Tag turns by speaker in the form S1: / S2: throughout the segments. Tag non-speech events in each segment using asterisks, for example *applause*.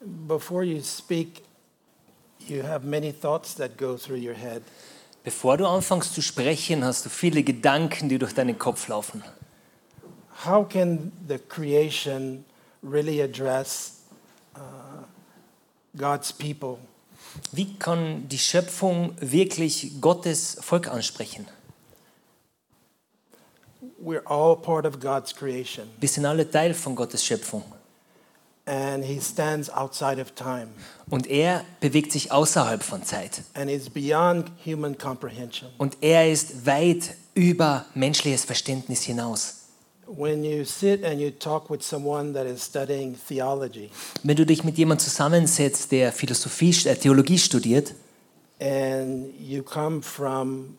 S1: Before you speak, you have many thoughts that go through your head.
S2: Bevor du anfängst zu sprechen, hast du viele Gedanken, die durch deinen Kopf laufen.
S1: How can the creation really address uh, God's people?
S2: Wie kann die Schöpfung wirklich Gottes Volk ansprechen?
S1: We're all part of God's creation,
S2: Wir sind alle Teil von Gottes Schöpfung.
S1: and He stands outside of time,
S2: Und er bewegt sich außerhalb von Zeit.
S1: and is beyond human comprehension.
S2: Und er ist weit über menschliches Verständnis hinaus.
S1: When you sit and you talk with someone that is studying theology,
S2: Wenn du dich mit jemandem zusammensetzt, der Philosophie, äh, Theologie studiert
S1: and you come from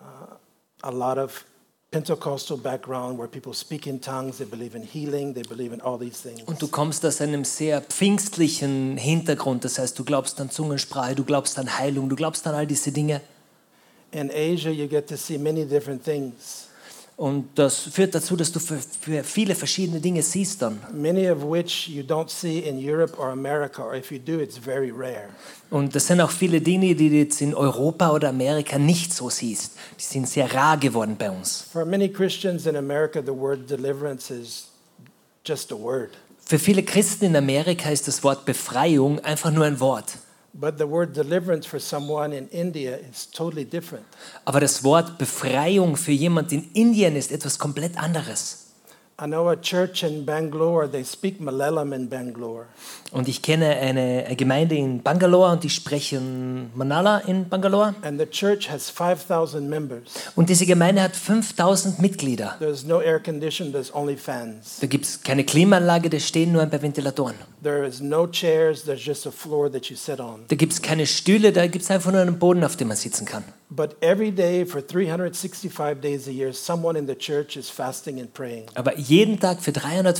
S1: uh, a lot of Pentecostal background where people speak in tongues, they believe in healing, they believe in all these things.
S2: und du kommst aus einem sehr pfingstlichen Hintergrund, das heißt, du glaubst an Zungensprache, du glaubst an Heilung, du glaubst an all diese Dinge.
S1: In Asia, you get to see many different things,
S2: Und das führt dazu, dass du für, für viele verschiedene Dinge siehst dann.
S1: many of which you don't see in Europe or America, or if you do, it's very rare.
S2: Und das sind auch viele Dinge, die du jetzt in Europa oder Amerika nicht so siehst. Die sind sehr rar geworden bei uns.
S1: For many Christians in America, the word deliverance is just a word.
S2: Für viele Christen in Amerika ist das Wort Befreiung einfach nur ein Wort.
S1: But the word deliverance for someone in India is totally different.
S2: Aber das Wort Befreiung für jemand in Indien ist etwas komplett anderes.
S1: I know a church in Bangalore, they speak Malayalam in Bangalore.
S2: Und ich kenne eine Gemeinde in Bangalore und die sprechen Manala in Bangalore.
S1: And the church has 5,000 members.
S2: Und diese Gemeinde hat 5000 Mitglieder.
S1: There's no air condition, there's only fans.
S2: Da gibt es keine Klimaanlage, da stehen nur ein paar Ventilatoren.
S1: There is no chairs, there's just a floor that you sit on.
S2: Da gibt es keine Stühle, da gibt es einfach nur einen Boden, auf dem man sitzen kann.
S1: But every day for 365 days a year, someone in the church is fasting and praying.
S2: Aber jeden Tag für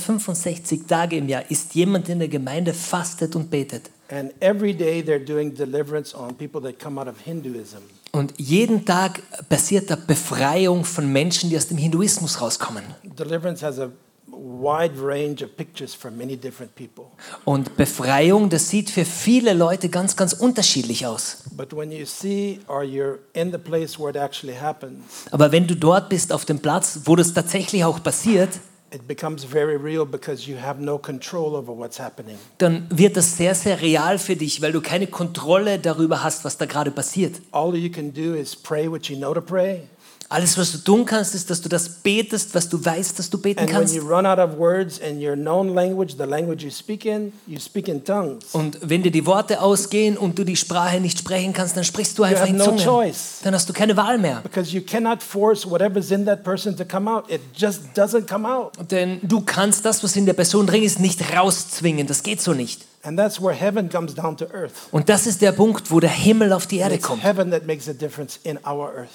S2: 365 Tage im Jahr ist jemand in der Gemeinde fastet und betet.
S1: And every day they're doing deliverance on people that come out of Hinduism.
S2: Und jeden Tag passiert da Befreiung von Menschen, die aus dem Hinduismus rauskommen.
S1: Deliverance has a wide range of pictures for many different people.
S2: Und Befreiung, das sieht für viele Leute ganz, ganz unterschiedlich aus.
S1: But when you see or you're in the place where it actually happens,
S2: Aber wenn du dort bist, auf dem Platz, wo das tatsächlich auch passiert,
S1: it becomes very real because you have no control over what's happening.
S2: dann wird das sehr, sehr real für dich, weil du keine Kontrolle darüber hast, was da gerade passiert.
S1: All you can do is pray what you know to pray.
S2: Alles, was du tun kannst, ist, dass du das betest, was du weißt, dass du beten
S1: And when
S2: kannst.
S1: you run out of words in your known language, the language you speak in, you speak in tongues.
S2: Und wenn dir die Worte ausgehen und du die Sprache nicht sprechen kannst, dann sprichst du einfach
S1: have
S2: in
S1: no
S2: Zungen.
S1: choice.
S2: Dann hast du keine Wahl mehr.
S1: Because you cannot force whatever's in that person to come out. It just doesn't come out.
S2: Denn du kannst das, was in der Person drin ist, nicht rauszwingen. Das geht so nicht.
S1: And that's where heaven comes down to earth.
S2: Und das ist der Punkt, wo der Himmel auf die Erde
S1: It's
S2: kommt.
S1: heaven that makes a difference in our earth.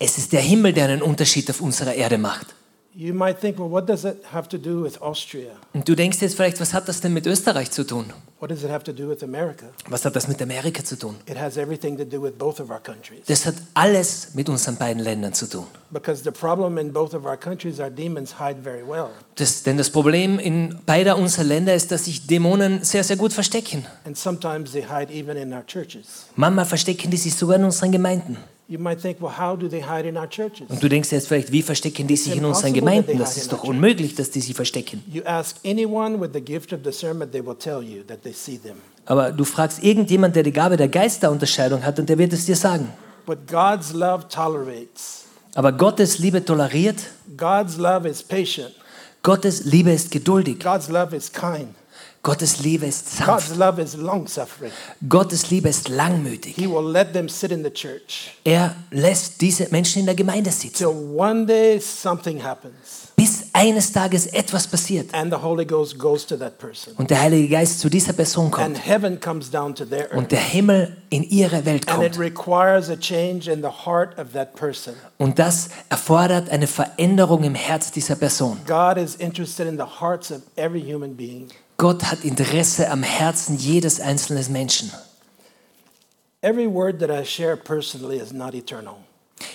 S2: Es ist der Himmel, der einen Unterschied auf unserer Erde macht.
S1: You might think, well, what does it have to do with Austria?
S2: Und du denkst jetzt vielleicht, was hat das denn mit Österreich zu tun?
S1: What does it have to do with America?
S2: Was hat das mit Amerika zu tun?
S1: It has everything to do with both of our countries.
S2: Das hat alles mit unseren beiden Ländern zu tun.
S1: Because the problem in both of our countries are demons hide very well.
S2: Das, denn das Problem in beider unserer Länder ist, dass sich Dämonen sehr, sehr gut verstecken.
S1: And sometimes they hide even in our churches.
S2: Manchmal verstecken die sich sogar in unseren Gemeinden.
S1: You might think, well, how do they hide in our churches?
S2: Und du denkst jetzt vielleicht, wie verstecken die sich in unseren Gemeinden? Das ist doch unmöglich, dass die sich verstecken.
S1: You ask anyone with the gift of discernment, they will tell you that they see them.
S2: Aber du fragst irgendjemand, der die Gabe der Geisterunterscheidung hat, und der wird es dir sagen.
S1: But God's love tolerates.
S2: Aber Gottes Liebe toleriert,
S1: God's love is patient.
S2: Gottes Liebe ist geduldig,
S1: God's love is kind.
S2: Gottes Liebe ist sanft,
S1: God's love is long suffering.
S2: Gottes Liebe ist langmütig.
S1: He will let them sit in the church
S2: Er lässt diese Menschen in der Gemeinde sitzen,
S1: till one day something happens
S2: bis eines Tages etwas passiert
S1: and the Holy Ghost goes to that person
S2: und der Heilige Geist zu dieser Person
S1: and
S2: kommt
S1: heaven comes down to their earth.
S2: und der Himmel in ihre Welt
S1: And it
S2: kommt.
S1: requires a change in the heart of that person.
S2: Und das erfordert eine Veränderung im Herz dieser Person.
S1: God is interested in the hearts of every human being.
S2: Gott hat Interesse am Herzen jedes einzelnen Menschen.
S1: Every word that I share personally is not eternal.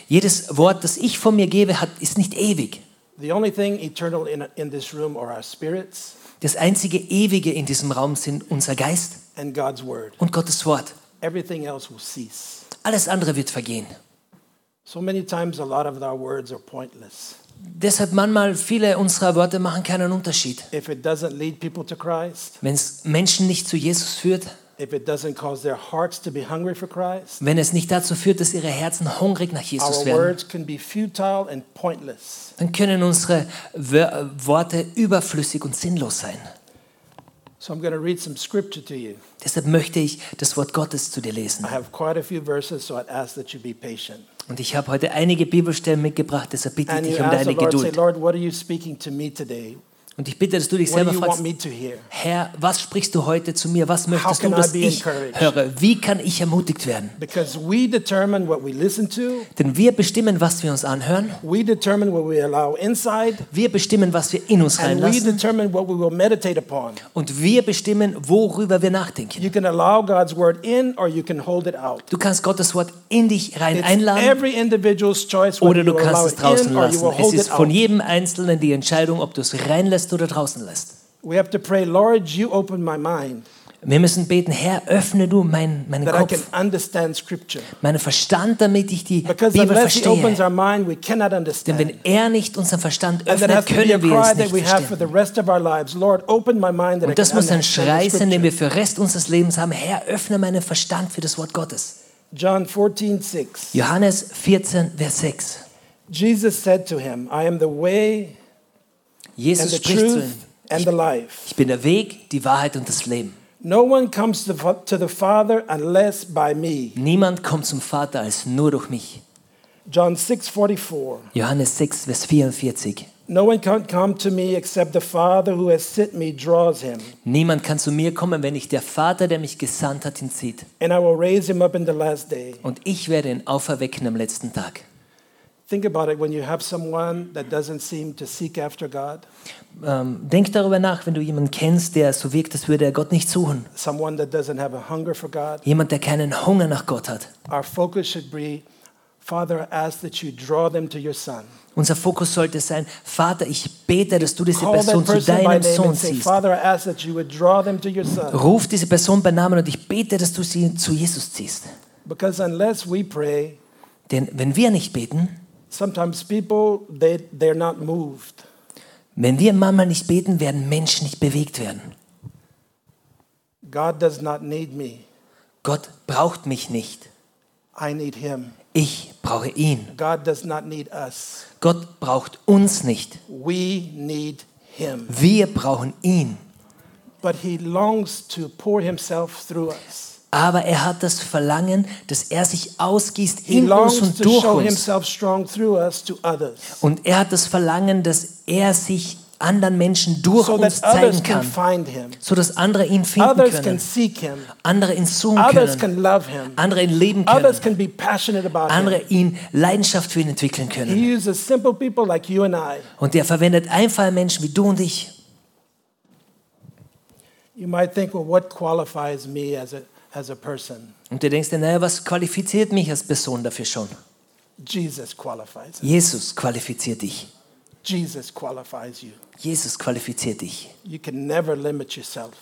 S2: Jedes Wort, das ich von mir gebe, hat, ist nicht ewig.
S1: The only thing eternal in, in this room are our spirits,
S2: Das einzige Ewige in diesem Raum sind unser Geist,
S1: and God's word.
S2: und Gottes Wort.
S1: Everything else will cease.
S2: Alles andere wird vergehen.
S1: So many times, a lot of our words are pointless.
S2: Deshalb manchmal viele unserer Worte machen keinen Unterschied.
S1: If it doesn't lead people to Christ,
S2: Wenn es Menschen nicht zu Jesus führt,
S1: if it doesn't cause their hearts to be hungry for Christ,
S2: wenn es nicht dazu führt, dass ihre Herzen hungrig nach Jesus
S1: our
S2: werden,
S1: words can be futile and pointless.
S2: dann können unsere Wör- Worte überflüssig und sinnlos sein.
S1: So I'm going to read some scripture to you.
S2: Deshalb möchte ich das Wort Gottes zu dir lesen.
S1: I have quite a few verses, so I'd ask that you be patient.
S2: Und ich habe heute einige Bibelstellen mitgebracht, deshalb bitte ich
S1: And you also
S2: dich
S1: ask
S2: um
S1: the
S2: deine
S1: Lord, say,
S2: Geduld.
S1: Lord, what are you speaking to me today?
S2: Und ich bitte, dass du dich
S1: What
S2: selber
S1: do you want
S2: fragst,
S1: me to hear?
S2: Herr, was sprichst du heute zu mir? Was möchtest du,
S1: can I
S2: dass
S1: be
S2: ich
S1: encouraged?
S2: höre? Wie kann ich ermutigt werden?
S1: Because we determine what we listen to,
S2: Denn wir bestimmen, was wir uns anhören.
S1: we determine what we allow inside,
S2: Wir bestimmen, was wir in uns
S1: and we
S2: reinlassen.
S1: determine what we will meditate upon.
S2: Und wir bestimmen, worüber wir nachdenken.
S1: You can allow God's word in or you can hold it out.
S2: Du kannst Gottes Wort in dich rein
S1: It's
S2: einladen
S1: every individual's choice whether
S2: oder
S1: you
S2: du kannst
S1: allow
S2: es
S1: it in
S2: draußen
S1: or you
S2: lassen.
S1: will
S2: Es
S1: hold
S2: ist
S1: it
S2: von
S1: out.
S2: jedem Einzelnen die Entscheidung, ob du es reinlässt oder draußen lässt.
S1: We have to pray, Lord, you open my mind
S2: Wir müssen beten, Herr, öffne du mein, meinen
S1: that I can
S2: Kopf,
S1: understand scripture.
S2: meinen Verstand, damit ich die
S1: Because
S2: Bibel
S1: unless he opens
S2: verstehe.
S1: our mind, we cannot
S2: Denn
S1: understand.
S2: wenn er nicht unseren Verstand
S1: And that has
S2: öffnet,
S1: to be a
S2: können wir
S1: cry
S2: es
S1: that
S2: nicht
S1: we have for
S2: verstehen.
S1: the rest of our lives. Lord, open my mind that I
S2: Und
S1: can
S2: das muss ein Schrei
S1: understand
S2: sein, den
S1: Scripture.
S2: wir für den Rest unseres Lebens haben. Herr, öffne meinen Verstand für das Wort Gottes.
S1: John 14, 6.
S2: Johannes 14, Vers 6.
S1: Jesus said to him, I am the way and
S2: Jesus
S1: the
S2: spricht zu ihm,
S1: truth and the life.
S2: ich bin der Weg, die Wahrheit und das Leben.
S1: No one comes to the- to the Father unless by me.
S2: Niemand kommt zum Vater als nur durch mich.
S1: John 6, 44.
S2: Johannes 6, Vers 44.
S1: No one can come to me except the Father who has sent me draws him,
S2: Niemand kann zu mir kommen, wenn nicht der Vater, der mich gesandt hat, ihn zieht.
S1: and I will raise him up in the last day.
S2: Und ich werde ihn auferwecken am letzten Tag.
S1: Think about it when you have someone that doesn't seem to seek after God,
S2: Ähm, denk darüber nach, wenn du jemanden kennst, der so wirkt, als würde er Gott nicht suchen.
S1: someone that doesn't have a hunger for God.
S2: Jemand, der keinen Hunger nach Gott hat.
S1: Our focus should be Father, I ask that you draw them to your Son.
S2: Unser Fokus sollte sein, Vater, ich bete, dass du diese
S1: Call that
S2: Person zu
S1: person by
S2: deinem
S1: name
S2: Sohn
S1: and say,
S2: ziehst.
S1: Father, I ask that you would draw them to your Son.
S2: Ruf diese Person bei Namen und ich bete, dass du sie zu Jesus ziehst.
S1: Because unless we pray,
S2: Denn wenn wir nicht beten,
S1: sometimes people, they, they're not moved.
S2: wenn wir Mama nicht beten, werden Menschen nicht bewegt werden.
S1: God does not need me.
S2: Gott braucht mich nicht.
S1: I need him.
S2: Ich brauche ihn.
S1: God does not need us.
S2: Gott braucht uns nicht.
S1: We need him.
S2: Wir brauchen ihn.
S1: But he longs to pour himself through us.
S2: Aber er hat das Verlangen, dass er sich ausgießt
S1: He
S2: in uns
S1: longs
S2: und
S1: to
S2: durch
S1: show
S2: uns.
S1: himself strong through us to others
S2: Und er hat das Verlangen, dass er sich anderen Menschen durch
S1: so
S2: uns
S1: that others
S2: zeigen
S1: can
S2: kann,
S1: find him.
S2: sodass andere ihn finden
S1: Others can
S2: können,
S1: seek him.
S2: andere ihn suchen
S1: Others
S2: können,
S1: can love him.
S2: andere ihn leben können,
S1: Others can be passionate about him.
S2: andere ihn Leidenschaft für ihn entwickeln können.
S1: He uses simple people like you and I.
S2: Und er verwendet einfache Menschen wie du und ich.
S1: You might think, well, what qualifies me as a, as a person?
S2: Und du denkst dir, naja, was qualifiziert mich als Person dafür schon?
S1: Jesus qualifies.
S2: Jesus qualifiziert dich.
S1: Jesus qualifies you.
S2: Jesus qualifiziert dich.
S1: You can never limit yourself.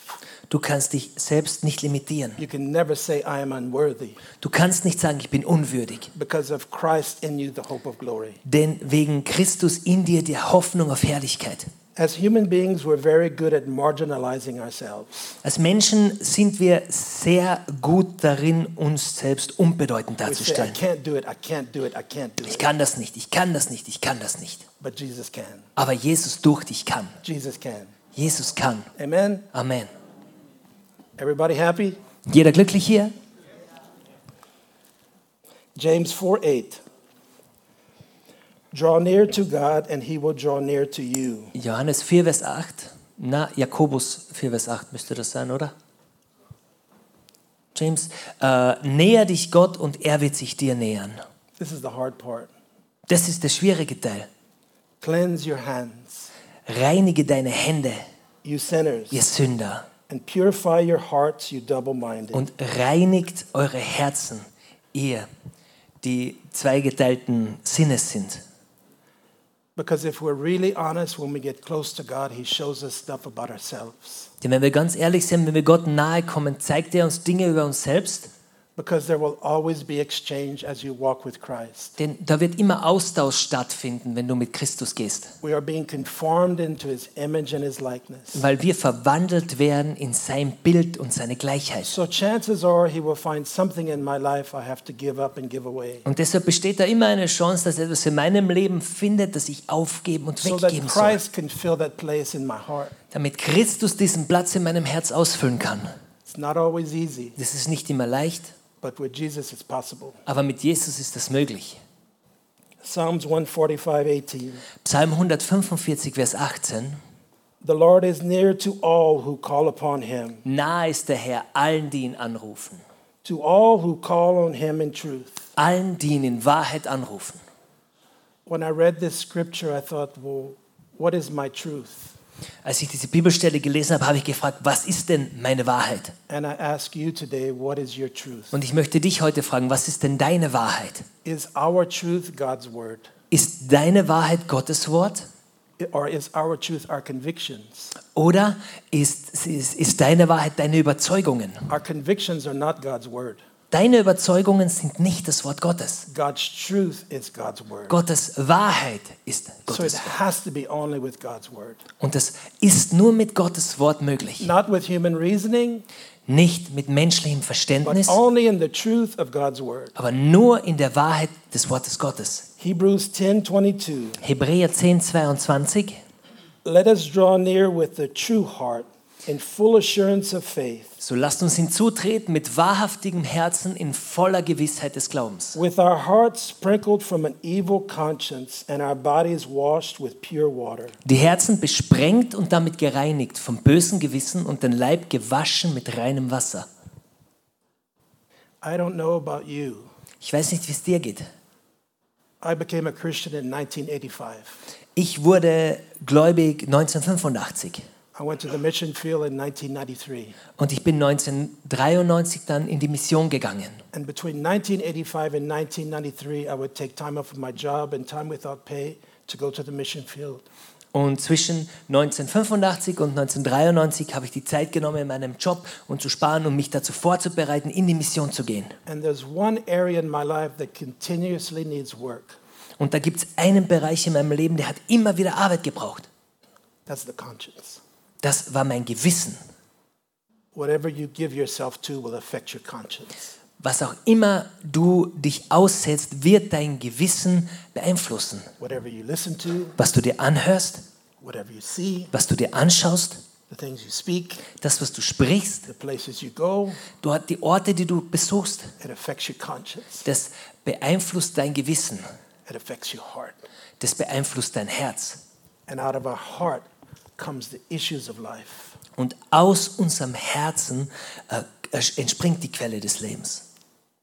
S2: Du kannst dich selbst nicht limitieren.
S1: You can never say, I am unworthy
S2: Du kannst nicht sagen, ich bin unwürdig.
S1: because of Christ in you, the hope of glory.
S2: Denn wegen Christus in dir die Hoffnung auf Herrlichkeit.
S1: As human beings, we're very good at marginalizing ourselves.
S2: Als Menschen sind wir sehr gut darin, uns selbst unbedeutend
S1: We say, I
S2: darzustellen.
S1: can't do it, I can't do it, I can't do
S2: Ich
S1: it.
S2: kann das nicht, ich kann das nicht, ich kann das nicht.
S1: But Jesus can.
S2: Aber Jesus durch dich kann.
S1: Jesus can.
S2: Jesus kann.
S1: Amen?
S2: Amen.
S1: Everybody happy?
S2: Jeder glücklich hier?
S1: James 4 8. Draw near to God, and he will draw near to you.
S2: Johannes 4, Vers 8. Na, Jakobus 4, Vers 8 müsste das sein, oder? James, äh, näher dich Gott und er wird sich dir nähern.
S1: This is the hard part.
S2: Das ist der schwierige Teil.
S1: Cleanse your hands,
S2: Reinige deine Hände,
S1: you sinners,
S2: ihr Sünder.
S1: and purify your hearts, you double minded.
S2: und reinigt eure Herzen, ihr, die zweigeteilten Sinnes sind.
S1: Because if we're really honest, when we get close to God, He shows us stuff about ourselves.
S2: Denn wenn wir ganz ehrlich sind, wenn wir Gott nahe kommen, zeigt er uns Dinge über uns selbst.
S1: Because there will always be exchange as you walk with Christ.
S2: Denn da wird immer Austausch stattfinden, wenn du mit Christus gehst.
S1: We are being conformed into His image and His likeness.
S2: Weil wir verwandelt werden in sein Bild und seine Gleichheit.
S1: So chances are He will find something in my life I have to give up and give away.
S2: Und deshalb besteht da immer eine Chance, dass er etwas in meinem Leben findet, das ich aufgeben und
S1: So that
S2: weggeben soll.
S1: Christ can fill that place in my heart.
S2: Damit Christus diesen Platz in meinem Herz ausfüllen kann.
S1: It's not always easy,
S2: Das ist nicht immer leicht,
S1: but with Jesus it's possible.
S2: aber mit Jesus ist das möglich.
S1: Psalms 145, 18.
S2: Psalm 145, Vers 18.
S1: The Lord is near to all who call upon him,
S2: Nah ist der Herr allen, die ihn anrufen.
S1: to all who call on him in truth.
S2: Allen, die ihn in Wahrheit anrufen.
S1: When I read this scripture, I thought, well, what is my truth?
S2: Als ich diese Bibelstelle gelesen habe, habe ich gefragt, was ist denn meine Wahrheit?
S1: And I ask you today, what is your truth?
S2: Und ich möchte dich heute fragen, was ist denn deine Wahrheit?
S1: Is our truth God's word?
S2: Ist deine Wahrheit Gottes Wort
S1: Or is our truth our convictions?
S2: oder ist, ist, ist deine Wahrheit deine Überzeugungen?
S1: Our convictions are not God's word.
S2: Deine Überzeugungen sind nicht das Wort Gottes.
S1: God's truth is God's word.
S2: Gottes Wahrheit ist
S1: So
S2: Gottes
S1: it
S2: Wort.
S1: has to be only with God's word,
S2: Und das ist nur mit Gottes Wort möglich.
S1: not with human reasoning,
S2: Nicht mit menschlichem
S1: but
S2: Verständnis,
S1: only in the truth of God's word.
S2: aber nur in der Wahrheit des Wortes Gottes.
S1: Hebrews 10:22.
S2: Hebräer 10, 22.
S1: Let us draw near with a true heart in full assurance of faith,
S2: So lasst uns hinzutreten mit wahrhaftigem Herzen in voller Gewissheit des Glaubens.
S1: with our hearts sprinkled from an evil conscience and our bodies washed with pure water.
S2: Die Herzen besprengt und damit gereinigt vom bösen Gewissen und den Leib gewaschen mit reinem Wasser.
S1: I don't know about you.
S2: Ich weiß nicht, wie es dir geht.
S1: I became a Christian in 1985.
S2: Ich wurde gläubig 1985
S1: I went to the mission field in 1993.
S2: und ich bin 1993 dann in die Mission gegangen.
S1: And between 1985 and 1993, I would take time off from my job and time without pay to go to the mission field.
S2: Und zwischen 1985 und 1993 habe ich die Zeit genommen, in meinem Job und zu sparen, um mich dazu vorzubereiten, in die Mission zu gehen.
S1: And there's one area in my life that continuously needs work
S2: Und da gibt es einen Bereich in meinem Leben, der hat immer wieder Arbeit gebraucht.
S1: that's the conscience.
S2: Das war mein Gewissen.
S1: Whatever you give yourself to will affect your conscience.
S2: Was auch immer du dich aussetzt, wird dein Gewissen beeinflussen.
S1: Whatever you listen to,
S2: Was du dir anhörst,
S1: whatever you see,
S2: was du dir anschaust,
S1: the things you speak,
S2: das, was du sprichst,
S1: the places you go,
S2: du, die Orte, die du besuchst,
S1: it affects your conscience.
S2: das beeinflusst dein Gewissen,
S1: It affects your heart.
S2: das beeinflusst dein Herz.
S1: And out of our heart comes the issues of life.
S2: Und aus unserem Herzen äh, entspringt die Quelle des Lebens.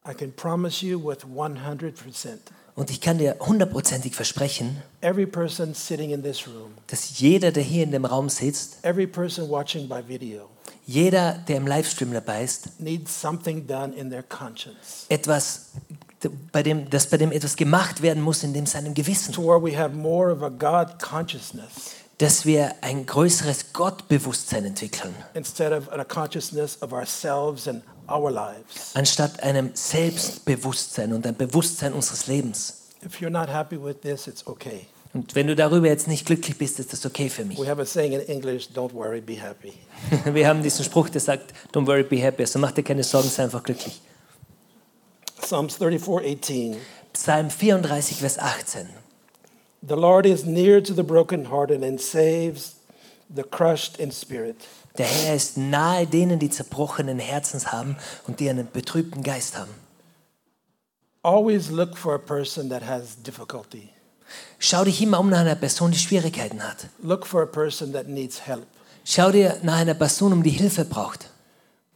S1: I can promise you with 100%.
S2: Und ich kann dir hundertprozentig versprechen,
S1: Every person sitting in this room,
S2: dass jeder, der hier in dem Raum sitzt,
S1: every person watching by video,
S2: jeder, der im Livestream dabei ist,
S1: needs something done in their conscience
S2: etwas, bei dem, dass bei dem etwas gemacht werden muss in dem seinem Gewissen,
S1: to where we have more of a God consciousness
S2: dass wir ein größeres Gottbewusstsein entwickeln,
S1: instead of a consciousness of ourselves and our lives.
S2: anstatt einem Selbstbewusstsein und ein Bewusstsein unseres Lebens.
S1: If you're not happy with this, it's okay.
S2: Und wenn du darüber jetzt nicht glücklich bist, ist das okay für mich.
S1: We have a saying in English don't worry, be happy.
S2: *laughs* Wir haben diesen Spruch, der sagt, don't worry, be happy. Also mach dir keine Sorgen, sei einfach glücklich.
S1: Psalms 34 18.
S2: Psalm 34, Vers 18.
S1: The Lord is near to the brokenhearted and saves the crushed in spirit.
S2: Der Herr ist nahe denen, die zerbrochenen Herzens haben und die einen betrübten Geist haben.
S1: Always look for a person that has difficulty,
S2: Schau dich immer um nach einer Person, die Schwierigkeiten hat.
S1: look for a person that needs help.
S2: Schau dir nach einer Person um, die Hilfe braucht.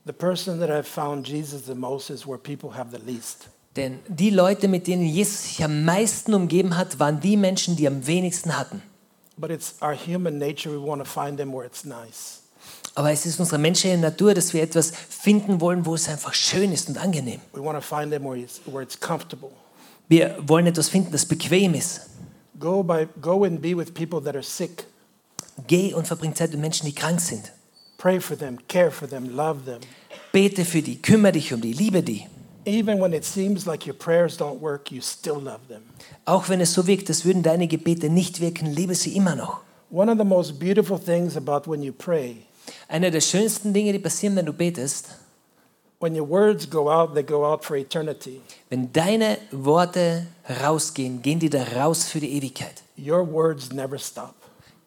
S1: The person that I've found Jesus the most is where people have the least.
S2: Denn die Leute, mit denen Jesus sich am meisten umgeben hat, waren die Menschen, die am wenigsten hatten.
S1: But it's our human nature, we want to find them where it's nice.
S2: Aber es ist unsere menschliche Natur, dass wir etwas finden wollen, wo es einfach schön ist und angenehm.
S1: We want to find them where it's, where it's comfortable.
S2: Wir wollen etwas finden, das bequem ist.
S1: Go, by, go and be with people that are sick.
S2: Geh und verbring Zeit mit Menschen, die krank sind.
S1: Pray for them, care for them, love them.
S2: Bete für die, kümmere dich um die, liebe die.
S1: Even when it seems like your prayers don't work, you still love them.
S2: Auch wenn es so wirkt, als würden deine Gebete nicht wirken, liebe sie immer noch.
S1: One of the most beautiful things about when you pray,
S2: Eine der schönsten Dinge, die passieren, wenn du betest,
S1: when your words go out, they go out for eternity.
S2: wenn deine Worte rausgehen, gehen die da raus für die Ewigkeit.
S1: Your words never stop.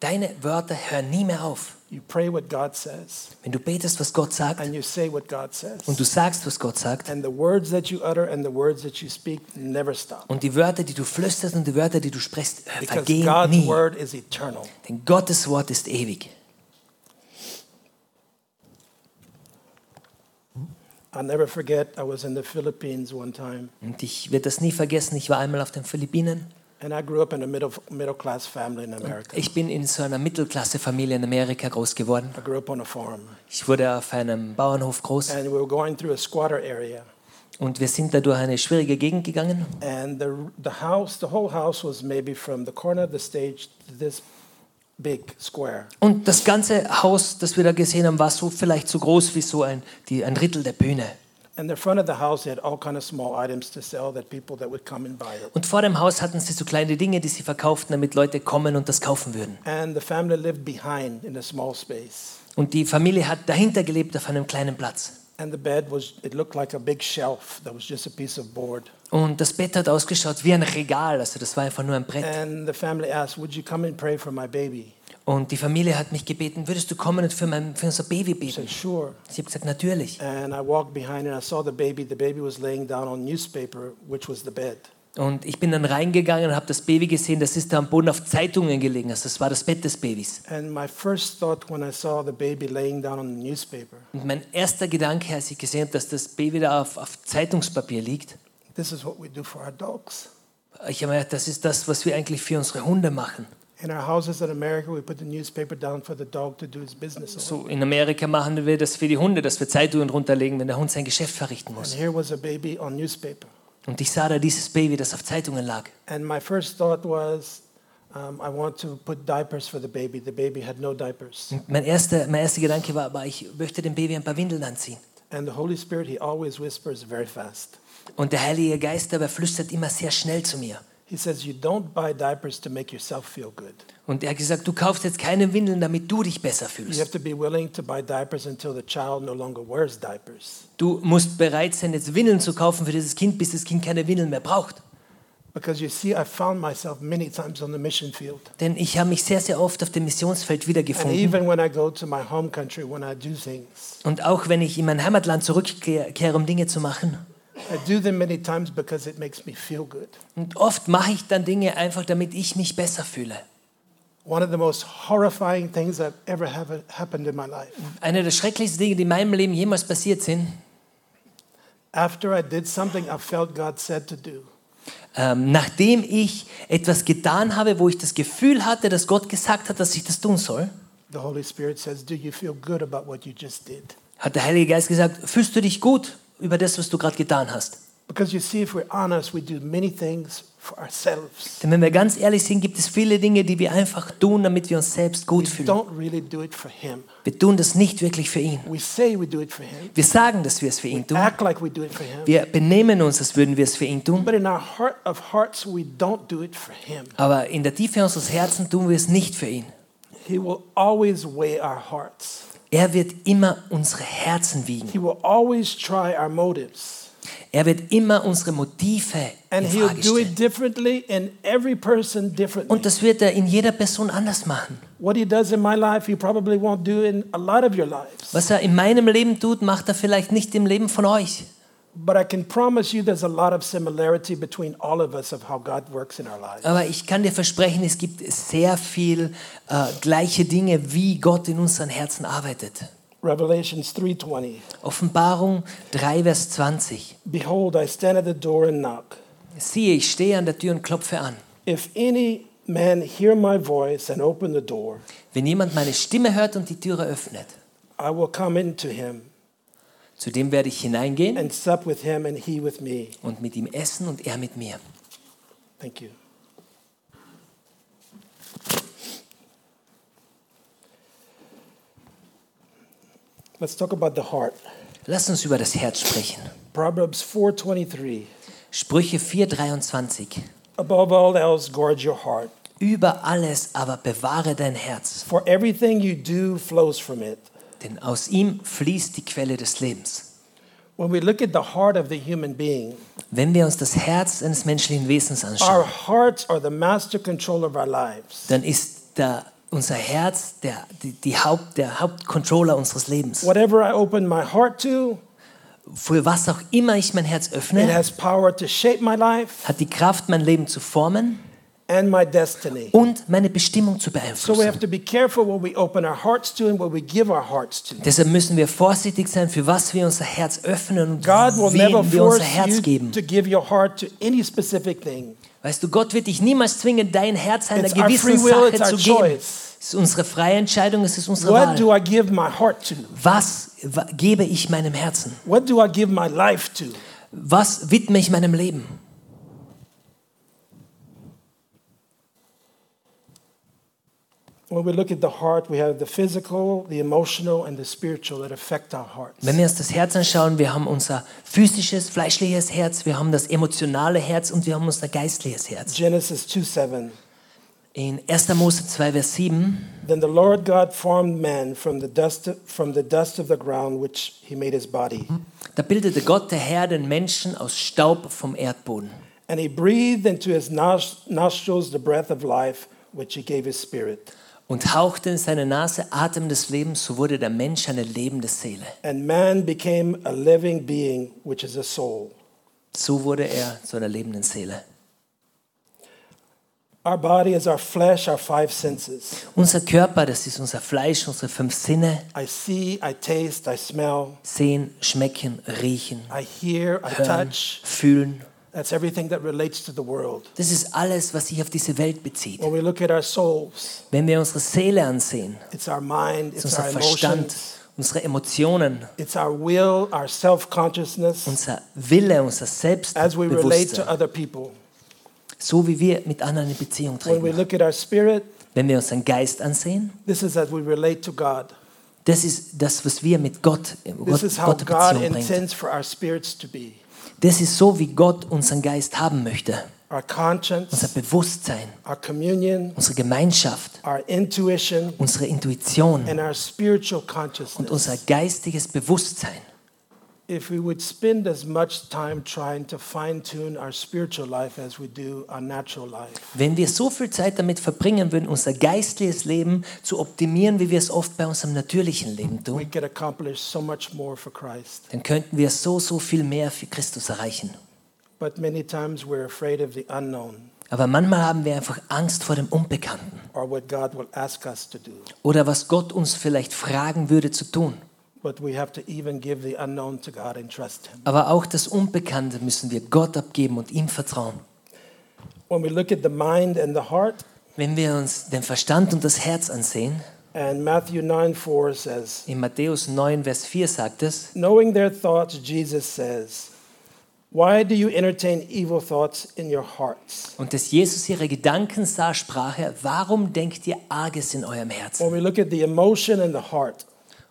S2: Deine Wörter hören nie mehr auf.
S1: You pray what God says,
S2: Wenn du betest, was Gott sagt,
S1: and you say what God
S2: und
S1: says.
S2: du sagst, was Gott sagt,
S1: And the words that you utter and the words that you speak never stop.
S2: und die Wörter, die du flüsterst und die Wörter, die du sprichst, äh,
S1: Because
S2: vergehen
S1: God's
S2: nie.
S1: word is eternal.
S2: Denn Gottes Wort ist ewig.
S1: I'll never forget, I was in the Philippines one time,
S2: Und ich werde das nie vergessen, ich war einmal auf den Philippinen.
S1: and I grew up in a middle, middle class family in America.
S2: Ich bin in so einer Mittelklassefamilie in Amerika groß geworden.
S1: I grew up on a farm,
S2: Ich wurde auf einem Bauernhof groß
S1: and we were going through a squatter area.
S2: und wir sind da durch eine schwierige Gegend gegangen.
S1: And the, the house, the whole house was maybe from the corner of the stage to this big square.
S2: Und das ganze Haus, das wir da gesehen haben, war so vielleicht so groß wie so ein, die, ein Drittel der Bühne.
S1: And the front of the house, they had all kind of small items to sell that people that would come and buy it.
S2: Und vor dem Haus hatten sie so kleine Dinge, die sie verkauften, damit Leute kommen und das kaufen würden.
S1: And the family lived behind in a small space.
S2: Und die Familie hat dahinter gelebt auf einem kleinen Platz.
S1: And the bed was, it looked like a big shelf that was just a piece of board.
S2: Und das Bett hat ausgeschaut wie ein Regal, also das war einfach nur ein Brett.
S1: And the family asked, Would you come and pray for my baby?
S2: Und die Familie hat mich gebeten, würdest du kommen und für, mein, für unser Baby
S1: I
S2: beten?
S1: said, Sure.
S2: Ich habe gesagt, natürlich.
S1: And I walked behind and I saw the baby. The baby was laying down on newspaper, which was the bed.
S2: Und ich bin dann reingegangen und habe das Baby gesehen, das ist da am Boden auf Zeitungen gelegen. Also das war das Bett des Babys.
S1: And my first thought when I saw the baby laying down on the newspaper,
S2: Und mein erster Gedanke, als ich gesehen habe, dass das Baby da auf, auf Zeitungspapier liegt,
S1: this is what we do for our dogs.
S2: ich habe mir gedacht, das ist das, was wir eigentlich für unsere Hunde machen.
S1: In our houses in America, we put the newspaper down for the dog to do his business. on.
S2: So in Amerika machen wir das für die Hunde, dass wir Zeitungen runterlegen, wenn der Hund sein Geschäft verrichten
S1: And
S2: muss.
S1: here was a baby on newspaper.
S2: Und ich sah da dieses Baby, das auf Zeitungen lag.
S1: And my first thought was, um, I want to put diapers for the baby. The baby had no diapers.
S2: Und mein erster, mein erster Gedanke war, war, ich möchte dem Baby ein paar Windeln anziehen.
S1: And the Holy Spirit, He always whispers very fast.
S2: Und der Heilige Geist dabei flüstert immer sehr schnell zu mir.
S1: He says, You don't buy diapers to make yourself feel good.
S2: Und er hat gesagt, du kaufst jetzt keine Windeln, damit du dich besser
S1: You
S2: fühlst.
S1: have to be willing to buy diapers until the child no longer wears diapers.
S2: Du musst bereit sein, jetzt Windeln zu kaufen für dieses Kind, bis das Kind keine Windeln mehr braucht.
S1: Because you see, I found myself many times on the mission field.
S2: Denn ich habe mich sehr, sehr oft auf dem Missionsfeld
S1: And
S2: wiedergefunden.
S1: even when I go to my home country, when I do things,
S2: Und auch wenn ich in mein Heimatland zurückkehre, um Dinge zu machen.
S1: I do them many times because it makes me feel good.
S2: Und oft mache ich dann Dinge einfach, damit ich mich besser fühle.
S1: One of the most horrifying things that ever have happened in my life.
S2: Eine der schrecklichsten Dinge, die in meinem Leben jemals passiert sind,
S1: After I did something I felt God said to do,
S2: ähm, nachdem ich etwas getan habe, wo ich das Gefühl hatte, dass Gott gesagt hat, dass ich das tun soll,
S1: the Holy Spirit says, Do you feel good about what you just did?
S2: hat der Heilige Geist gesagt, fühlst du dich gut über das, was du gerade getan hast?
S1: Because you see, if we're honest, we do many things for ourselves.
S2: Denn wenn wir ganz ehrlich sind, gibt es viele Dinge, die wir einfach tun, damit wir uns selbst gut
S1: We
S2: fühlen.
S1: don't really do it for Him.
S2: Wir tun das nicht wirklich für ihn.
S1: We say we do it for Him,
S2: Wir sagen, dass wir es für ihn tun.
S1: act like we do it for Him.
S2: Wir benehmen uns, als würden wir es für ihn tun.
S1: But in our heart of hearts, we don't do it for Him.
S2: Aber in der Tiefe unseres Herzens tun wir es nicht für ihn.
S1: He will always weigh our hearts,
S2: Er wird immer unsere Herzen wiegen.
S1: He will always try our motives.
S2: Er wird immer unsere Motive in
S1: And He'll
S2: Frage
S1: do it
S2: stellen.
S1: differently in every person
S2: Und
S1: differently.
S2: das wird er in jeder Person anders machen.
S1: What He does in my life, He probably won't do in a lot of your lives.
S2: Was er in meinem Leben tut, macht er vielleicht nicht im Leben von euch.
S1: But I can promise you there's a lot of similarity between all of us of how God works in our lives.
S2: Aber ich kann dir versprechen, es gibt sehr viel äh, gleiche Dinge, wie Gott in unseren Herzen arbeitet.
S1: Revelations 3:20.
S2: Offenbarung 3, Vers 20.
S1: Behold, I stand at the door and knock.
S2: Siehe, ich stehe an der Tür und klopfe an.
S1: If any man hear my voice and open the door,
S2: Wenn jemand meine Stimme hört und die Türe öffnet,
S1: I will come into him
S2: zu dem werde ich hineingehen
S1: and sup with him and he with me.
S2: und mit ihm essen und er mit mir.
S1: Thank you. Let's talk about the heart.
S2: Lasst uns über das Herz sprechen.
S1: Proverbs 4:23.
S2: Sprüche 4,23.
S1: Above all else, guard your heart,
S2: Über alles aber bewahre dein Herz,
S1: for everything you do flows from it.
S2: denn aus ihm fließt die Quelle des Lebens.
S1: When we look at the heart of the human being,
S2: Wenn wir uns das Herz eines menschlichen Wesens
S1: our
S2: anschauen,
S1: hearts are the master control of our lives.
S2: dann ist da unser Herz der, die, die Haupt, der Hauptcontroller unseres Lebens.
S1: Whatever I open my heart to,
S2: Für was auch immer ich mein Herz
S1: it
S2: öffne,
S1: has power to shape my life
S2: hat die Kraft, mein Leben zu formen
S1: and my destiny.
S2: und meine Bestimmung zu
S1: So we
S2: beeinflussen.
S1: have to be careful what we open our hearts to and what we give our hearts to.
S2: Deshalb müssen wir vorsichtig sein, für was wir unser Herz öffnen und
S1: God will never
S2: wem wir
S1: force
S2: unser Herz
S1: you
S2: geben.
S1: to give your heart to any specific thing.
S2: Weißt du, Gott wird dich niemals zwingen, dein Herz einer
S1: It's our
S2: gewissen
S1: free will, it's
S2: Sache
S1: our
S2: zu geben.
S1: choice.
S2: Es ist unsere freie Entscheidung, es ist unsere
S1: What do
S2: Wahl.
S1: I give my heart to?
S2: Was wa- gebe ich meinem Herzen?
S1: What do I give my life to?
S2: Was widme ich meinem Leben?
S1: When we look at the heart, we have the physical, the emotional, and the spiritual that affect our hearts.
S2: Wenn wir uns das Herz anschauen, wir haben unser physisches, fleischliches Herz, wir haben das emotionale Herz und wir haben unser geistliches Herz.
S1: Genesis 2 7.
S2: In 1. Mose 2, Vers 7,
S1: Then the Lord God formed man from the dust from the dust of the ground which he made his body.
S2: da bildete Gott der Herr den Menschen aus Staub vom Erdboden.
S1: And he breathed into his nos- nostrils the breath of life which he gave his spirit.
S2: und hauchte in seine Nase Atem des Lebens, so wurde der Mensch eine lebende Seele.
S1: And man became a living being which is a soul.
S2: So wurde er zu einer lebenden Seele.
S1: Our body is our flesh, our five senses.
S2: Unser Körper, das ist unser Fleisch, unsere fünf Sinne,
S1: I see, I taste, I smell,
S2: sehen, schmecken, riechen,
S1: I hear, I
S2: hören,
S1: touch.
S2: fühlen.
S1: That's everything that relates to the world.
S2: Das ist alles, was sich auf diese Welt bezieht.
S1: When we look at our souls,
S2: Wenn wir unsere Seele ansehen,
S1: it's our mind, it's
S2: ist unser
S1: our
S2: Verstand,
S1: emotions,
S2: unsere Emotionen,
S1: it's our will, our self consciousness,
S2: unser Wille, unser
S1: as we relate to
S2: Selbstbewusstsein,
S1: other people.
S2: so wie wir mit anderen in Beziehung
S1: When we
S2: treten.
S1: look at our spirit,
S2: Wenn wir unseren Geist ansehen,
S1: this is as we relate to God.
S2: das ist das, was wir mit Gott, Gott,
S1: This is how
S2: Gott in
S1: God
S2: Beziehung bringen.
S1: intends for our spirits to be.
S2: Das ist so, wie Gott unseren Geist haben möchte.
S1: Our
S2: Unser
S1: conscience,
S2: Bewusstsein,
S1: our communion,
S2: unsere Gemeinschaft,
S1: our intuition,
S2: unsere Intuition
S1: and our spiritual
S2: und unser
S1: consciousness.
S2: geistiges Bewusstsein.
S1: If we would spend as much time trying to fine tune our spiritual life as we do our natural life,
S2: Wenn wir so viel Zeit damit verbringen würden, unser geistliches Leben zu optimieren, wie wir es oft bei unserem natürlichen Leben
S1: we
S2: tun,
S1: could accomplish so much more for Christ.
S2: dann könnten wir so, so viel mehr für Christus erreichen.
S1: But many times we're afraid of the unknown
S2: Aber manchmal haben wir einfach Angst vor dem Unbekannten
S1: or what God will ask us to do.
S2: oder was Gott uns vielleicht fragen würde zu tun.
S1: But we have to even give the unknown to God and trust Him.
S2: Aber auch das Unbekannte müssen wir Gott abgeben und ihm vertrauen.
S1: When we look at the mind and the heart,
S2: Wenn wir uns den Verstand und das Herz ansehen,
S1: and Matthew 9 4 says,
S2: in Matthäus 9, Vers 4 sagt es,
S1: Knowing their thoughts, Jesus says, Why do you entertain evil thoughts in your hearts?
S2: und dass Jesus ihre Gedanken sah, sprach er, warum denkt ihr Arges in eurem Herzen?
S1: When we look at the emotion and the heart,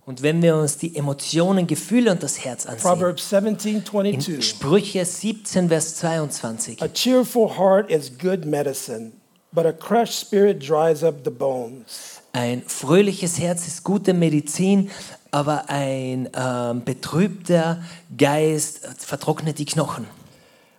S2: Und wenn wir uns die Emotionen, Gefühle und das Herz ansehen,
S1: Proverbs seventeen twenty two:
S2: in Sprüche 17, Vers 22,
S1: A cheerful heart is good medicine, but a crushed spirit dries up the bones.
S2: ein fröhliches Herz ist gute Medizin, aber ein ähm, betrübter Geist äh, vertrocknet die Knochen.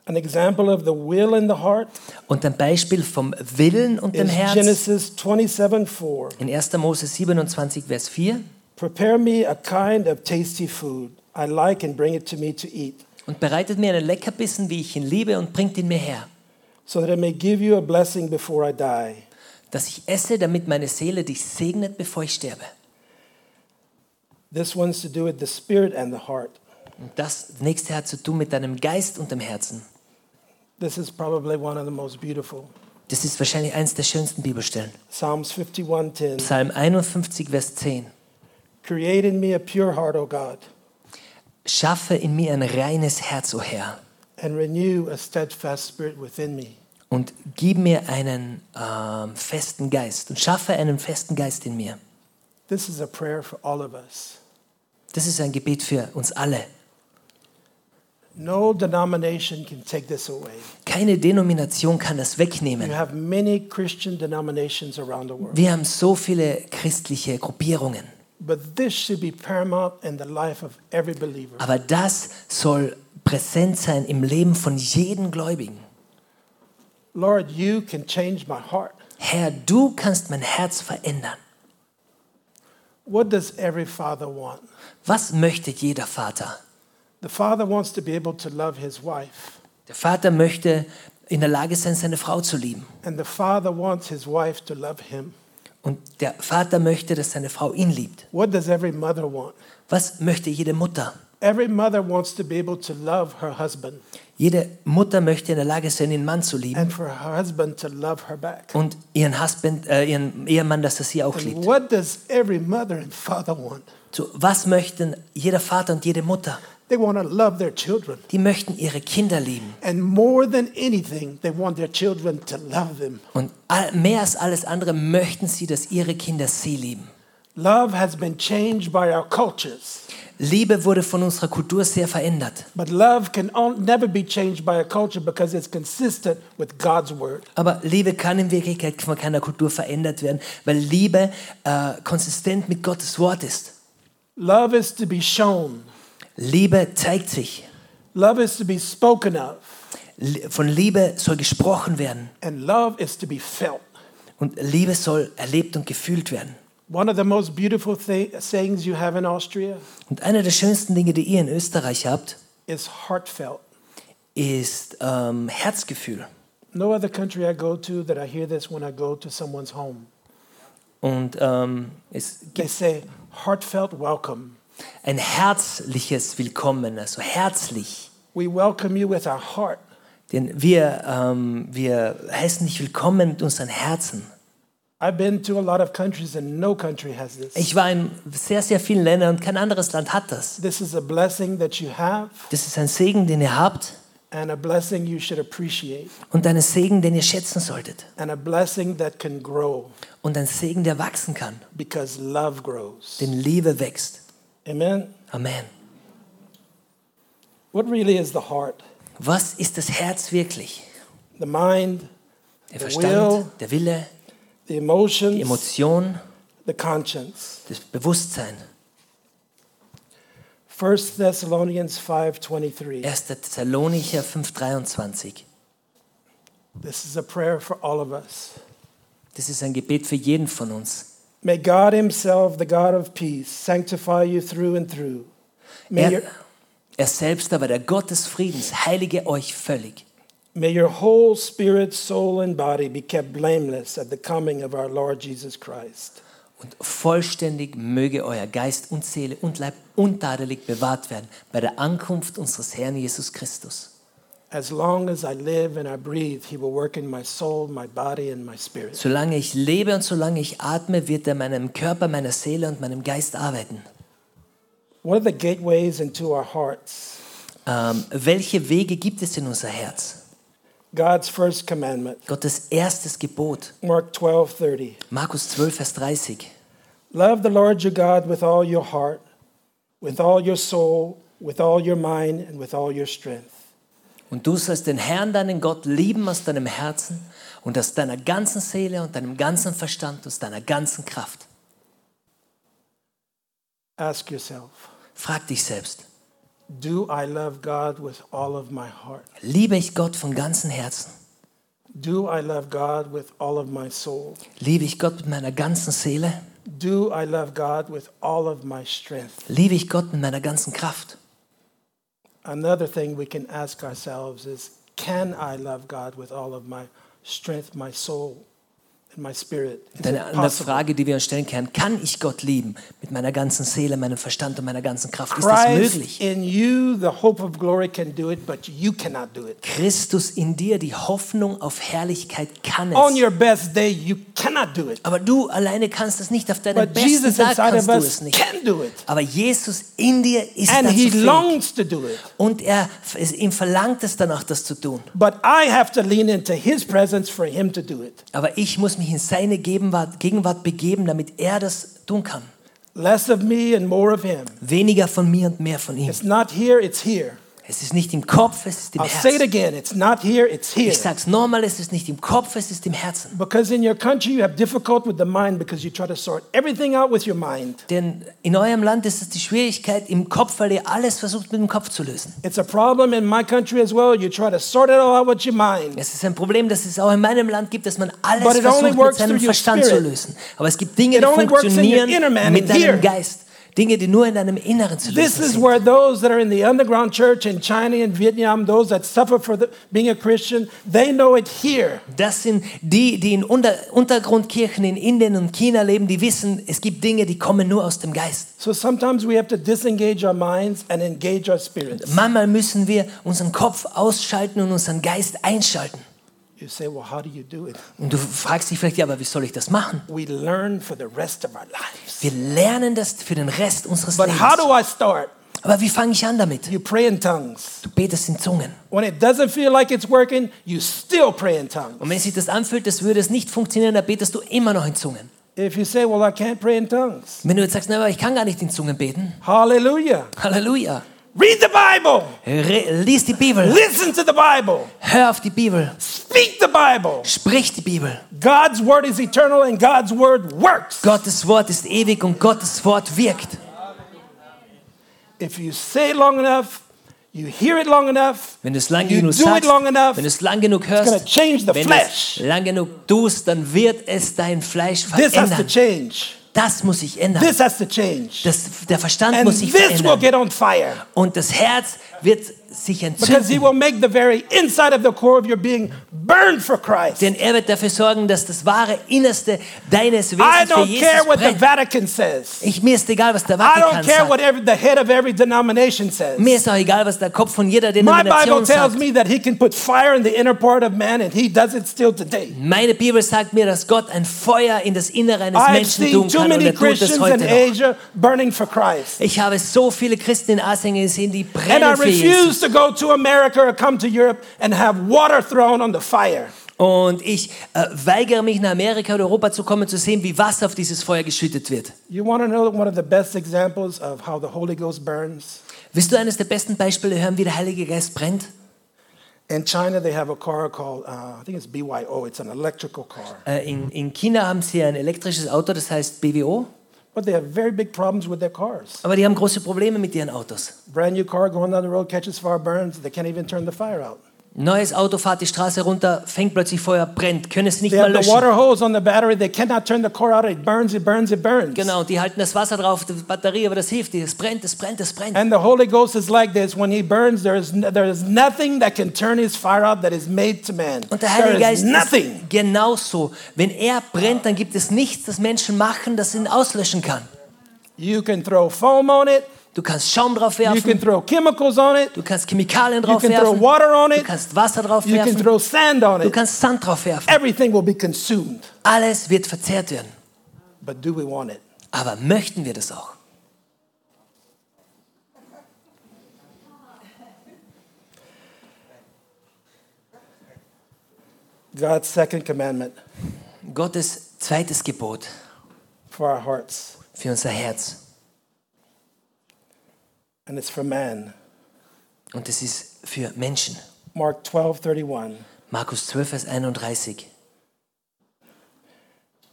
S1: An example of the will and the heart
S2: Und ein Beispiel vom Willen und dem
S1: is
S2: Herz
S1: Genesis 27 4.
S2: in 1. Mose 27, Vers 4.
S1: Prepare me a kind of tasty food I like and bring it to me to eat,
S2: und bereitet mir einen Leckerbissen, wie ich ihn liebe, und bringt ihn mir her,
S1: so that I may give you a blessing before I die.
S2: dass ich esse, damit meine Seele dich segnet, bevor ich sterbe.
S1: This one's to do with the spirit and the heart.
S2: Und das nächste hat zu tun mit deinem Geist und dem Herzen.
S1: This is probably one of the most beautiful.
S2: Das ist wahrscheinlich eins der schönsten Bibelstellen.
S1: Psalms 51:10.
S2: Psalm 51, Vers 10.
S1: Create in me a pure heart, O God,
S2: Schaffe in mir ein reines Herz, o Herr,
S1: and renew a steadfast spirit within me.
S2: und gib mir einen ähm, festen Geist und schaffe einen festen Geist in mir.
S1: This is a prayer for all of us.
S2: Das ist ein Gebet für uns alle.
S1: No denomination can take this away.
S2: Keine Denomination kann das
S1: You
S2: wegnehmen.
S1: have many Christian denominations around the world,
S2: Wir haben so viele christliche Gruppierungen.
S1: but this should be paramount in the life of every believer.
S2: Aber das soll präsent sein im Leben von jedem Gläubigen.
S1: Lord, you can change my heart.
S2: Herr, du kannst mein Herz verändern.
S1: What does every father want?
S2: Was möchte jeder Vater?
S1: The father wants to be able to love his wife,
S2: Der Vater möchte in der Lage sein, seine Frau zu lieben.
S1: and the father wants his wife to love him.
S2: Und der Vater möchte, dass seine Frau ihn liebt.
S1: What does every mother want?
S2: Was möchte jede Mutter?
S1: Every mother wants to be able to love her husband
S2: Jede Mutter möchte in der Lage sein, ihren Mann zu lieben
S1: and for her husband to love her back.
S2: und ihren, Husband, äh, ihren Ehemann, dass er sie auch
S1: And
S2: liebt.
S1: what does every mother and father want?
S2: So, was möchten jeder Vater und jede Mutter?
S1: They want to love their children.
S2: Die möchten ihre Kinder lieben.
S1: And more than anything, they want their children to love them.
S2: Und all, mehr als alles andere möchten sie, dass ihre Kinder sie lieben.
S1: Love has been changed by our cultures,
S2: Liebe wurde von unserer Kultur sehr verändert.
S1: but love can on- never be changed by a culture because it's consistent with God's word.
S2: Aber Liebe kann in Wirklichkeit von keiner Kultur verändert werden, weil Liebe äh, konsistent mit Gottes Wort ist.
S1: Love is to be shown,
S2: Liebe zeigt sich.
S1: love is to be spoken of,
S2: Li- Von Liebe soll gesprochen werden
S1: and love is to be felt.
S2: und Liebe soll erlebt und gefühlt werden.
S1: One of the most beautiful thi- sayings you have in Austria
S2: Und einer der schönsten Dinge, die ihr in Österreich habt,
S1: is heartfelt.
S2: ist ähm, Herzgefühl.
S1: No other country I go to that I hear this when I go to someone's home.
S2: Und ähm, es
S1: They say, heartfelt welcome.
S2: ein herzliches Willkommen, also herzlich.
S1: We welcome you with our heart.
S2: Denn wir, ähm, wir heißen dich willkommen mit unseren Herzen.
S1: I've been to a lot of countries and no country has this.
S2: Ich war in sehr, sehr vielen Ländern und kein anderes Land hat das.
S1: This is a blessing that you have
S2: Das ist ein Segen, den ihr habt
S1: and a blessing you should appreciate
S2: und ein Segen, den ihr schätzen solltet.
S1: and a blessing that can grow
S2: Und ein Segen, der wachsen kann,
S1: because love grows.
S2: denn Liebe wächst.
S1: Amen.
S2: Amen.
S1: What really is the heart?
S2: Was ist das Herz wirklich?
S1: The mind, The
S2: Der Verstand,
S1: will.
S2: der Wille,
S1: the
S2: die
S1: emotions,
S2: Emotion,
S1: the conscience.
S2: das Bewusstsein.
S1: 1 Thessalonians 5:23.
S2: 1. Thessalonicher 5,23.
S1: This is a prayer for all of us.
S2: Das ist ein Gebet für jeden von uns.
S1: May God Himself, the God of peace, sanctify you through and through. May,
S2: Er,
S1: your,
S2: er selbst aber, der Gott des Friedens, heilige euch völlig.
S1: may your whole spirit, soul, and body be kept blameless at the coming of our Lord Jesus Christ.
S2: Und vollständig möge euer Geist und Seele und Leib untadelig bewahrt werden bei der Ankunft unseres Herrn Jesus Christus.
S1: As long as I live and I breathe, He will work in my soul, my body, and my spirit.
S2: Solange ich lebe und solange ich atme, wird er meinem Körper, meiner Seele und meinem Geist arbeiten.
S1: What are the gateways into our hearts?
S2: Ähm, welche Wege gibt es in unser Herz?
S1: God's first commandment,
S2: Gottes erstes Gebot,
S1: Mark 12 30.
S2: Markus 12, Vers 30.
S1: Love the Lord your God with all your heart, with all your soul, with all your mind, and with all your strength.
S2: Und du sollst den Herrn, deinen Gott, lieben aus deinem Herzen und aus deiner ganzen Seele und deinem ganzen Verstand und aus deiner ganzen Kraft.
S1: Ask yourself.
S2: Frag dich selbst,
S1: Do I love God with all of my heart?
S2: liebe ich Gott von ganzem Herzen?
S1: Do I love God with all of my soul?
S2: Liebe ich Gott mit meiner ganzen Seele?
S1: Do I love God with all of my strength?
S2: Liebe ich Gott mit meiner ganzen Kraft?
S1: Another thing we can ask ourselves is can I love God with all of my strength, my soul, and my spirit? Is
S2: Eine
S1: it
S2: andere
S1: possible?
S2: Frage, die wir uns stellen können, kann ich Gott lieben mit meiner ganzen Seele, meinem Verstand und meiner ganzen Kraft? Ist das
S1: Christ
S2: möglich?
S1: in you, the hope of glory, can do it, but you cannot do it.
S2: Christus in dir, die Hoffnung auf Herrlichkeit kann
S1: On
S2: es.
S1: your best day, you cannot do it,
S2: Aber du alleine kannst es nicht, auf deinem
S1: but
S2: besten
S1: Jesus
S2: Tag
S1: inside of
S2: kannst du es
S1: us
S2: nicht.
S1: can do it.
S2: Aber Jesus in dir ist
S1: And
S2: dazu
S1: he
S2: fähig.
S1: longs to do it.
S2: Und er, es, ihm verlangt es danach, das zu tun.
S1: But I have to lean into his presence for him to do it.
S2: Aber ich muss mich in seine Gegenwart, Gegenwart begeben, damit er das tun kann.
S1: Less of me and more of him.
S2: Weniger von mir und mehr von ihm.
S1: It's not here, it's here.
S2: Es ist nicht im Kopf, es ist im
S1: I'll say it
S2: Herzen.
S1: again. It's not here, it's here.
S2: Ich sag's nochmal, es ist nicht im Kopf, es ist im Herzen.
S1: Because in your country you have difficult with the mind because you try to sort everything out with your mind.
S2: Denn in eurem Land ist es die Schwierigkeit im Kopf, weil ihr alles versucht mit dem Kopf zu lösen.
S1: It's a problem in my country as well. You try to sort it all out with your mind.
S2: Es ist ein Problem, das es auch in meinem Land gibt, dass man
S1: But
S2: alles
S1: it only
S2: versucht mit
S1: works
S2: seinem
S1: through your
S2: Verstand zu
S1: spirit.
S2: lösen. Aber es gibt Dinge,
S1: It
S2: die
S1: only works in your inner
S2: funktionieren
S1: man
S2: mit
S1: and
S2: deinem
S1: here.
S2: Geist. Dinge, die nur in deinem Inneren zu
S1: This
S2: lösen
S1: is
S2: sind.
S1: where those that are in the underground church in China and Vietnam, those that suffer for the, being a Christian, they know it here.
S2: Das sind die, die in Unter Untergrundkirchen in Indien und China leben, die wissen, es gibt Dinge, die kommen nur aus dem Geist.
S1: So sometimes we have to disengage our minds and engage our spirits.
S2: Manchmal müssen wir unseren Kopf ausschalten und unseren Geist einschalten.
S1: You say, well, how do you do it?
S2: Und du fragst dich vielleicht, ja, aber wie soll ich das machen?
S1: We learn for the rest of our lives.
S2: Wir lernen das für den Rest unseres
S1: But how do
S2: Lebens.
S1: I start?
S2: Aber wie fange ich an damit?
S1: You pray in tongues.
S2: Du betest in Zungen.
S1: When it doesn't feel like it's working, you still pray in tongues.
S2: Und wenn sich das anfühlt, das würde es nicht funktionieren, dann betest du immer noch in Zungen.
S1: If you say, Well, I can't pray in tongues,
S2: Wenn du jetzt sagst, nein, aber ich kann gar nicht in Zungen beten.
S1: hallelujah.
S2: Halleluja.
S1: Read the Bible,
S2: Re lies die Bibel.
S1: listen to the Bible,
S2: Hör auf die Bibel.
S1: speak the Bible.
S2: Sprich die Bibel.
S1: God's word is eternal and God's word works.
S2: Gottes Wort ist ewig und Gottes Wort wirkt.
S1: If you say it long enough, you hear it long enough,
S2: Wenn du es lang
S1: You
S2: genug
S1: do it
S2: sagst,
S1: long enough,
S2: wenn du es lang genug hörst,
S1: gonna change the
S2: wenn
S1: flesh.
S2: du es lang genug tust, dann wird es dein Fleisch
S1: this has to
S2: verändern.
S1: change.
S2: Das muss sich ändern.
S1: This has to change.
S2: Das, der Verstand
S1: And
S2: muss sich
S1: this will
S2: verändern.
S1: get on fire
S2: Und das Herz wird sich
S1: because He
S2: entzünden.
S1: will make the very inside of the core of your being burn for Christ.
S2: Denn er wird dafür sorgen, dass das wahre Innerste deines
S1: I
S2: Wesens
S1: don't
S2: für
S1: care
S2: Jesus
S1: what the
S2: brennt.
S1: Vatican says.
S2: Ich, mir ist egal, was der
S1: I don't
S2: Vatikan
S1: care what
S2: sagt.
S1: every, the head of every denomination says.
S2: Mir ist auch egal, was der Kopf von jeder
S1: My Bible
S2: Denomination
S1: tells
S2: sagt.
S1: me that he can put fire in the inner part of man, and he does it still today.
S2: Meine Bibel sagt mir, dass Gott ein Feuer in das Innere eines
S1: I've
S2: Menschen tun
S1: seen too
S2: kann und
S1: many
S2: er tut das
S1: Christians in
S2: heute noch.
S1: Asia burning for Christ.
S2: Ich habe so viele Christen in Asien gesehen, die
S1: And I
S2: brennen für Jesus.
S1: refuse to go to America or come to Europe and have water thrown on the fire.
S2: Und ich äh, weigere mich, nach Amerika oder Europa zu kommen, zu sehen, wie Wasser auf dieses Feuer geschüttet wird.
S1: You want to know one of the best examples of how the Holy Ghost burns?
S2: Willst du eines der besten Beispiele hören, wie der Heilige Geist brennt?
S1: In China, they have a car called, uh, I think it's BYO, it's an electrical car.
S2: Äh, in, in China haben sie ein elektrisches Auto, das heißt BWO,
S1: But they have very big problems with their cars.
S2: aber die haben große Probleme mit ihren Autos.
S1: Brand new car going down the road catches fire, burns. They can't even turn the fire out.
S2: Neues Auto fährt die Straße runter, fängt plötzlich Feuer, brennt, können es nicht
S1: They
S2: mal
S1: have the
S2: löschen.
S1: water hose on the battery. They cannot turn the car out. It burns, it burns, it burns.
S2: Genau, und die halten das Wasser drauf, die Batterie, aber das hilft nicht. Es brennt, es brennt, es brennt.
S1: And the Holy Ghost is like this. When he burns, there is, n- there is nothing that can turn his fire out that is made to man.
S2: Und der
S1: there
S2: Heilige
S1: is
S2: Geist
S1: nothing.
S2: ist genauso. Wenn er brennt, dann gibt es nichts, das Menschen machen, das ihn auslöschen kann.
S1: You can throw foam on it.
S2: Du kannst Schaum drauf
S1: You can
S2: werfen,
S1: throw chemicals on it.
S2: du kannst Chemikalien
S1: You
S2: drauf
S1: can throw
S2: werfen,
S1: water on
S2: du
S1: it.
S2: kannst Wasser drauf
S1: You can
S2: werfen,
S1: throw sand on
S2: du
S1: it.
S2: kannst Sand drauf werfen.
S1: Everything will be consumed.
S2: Alles wird verzehrt werden.
S1: But do we want it?
S2: Aber möchten wir das auch?
S1: God's second commandment
S2: Gottes zweites Gebot
S1: for our hearts,
S2: für unser Herz.
S1: and it's for man.
S2: Und das ist für Menschen.
S1: Mark 12 31.
S2: Markus 12, Vers 31.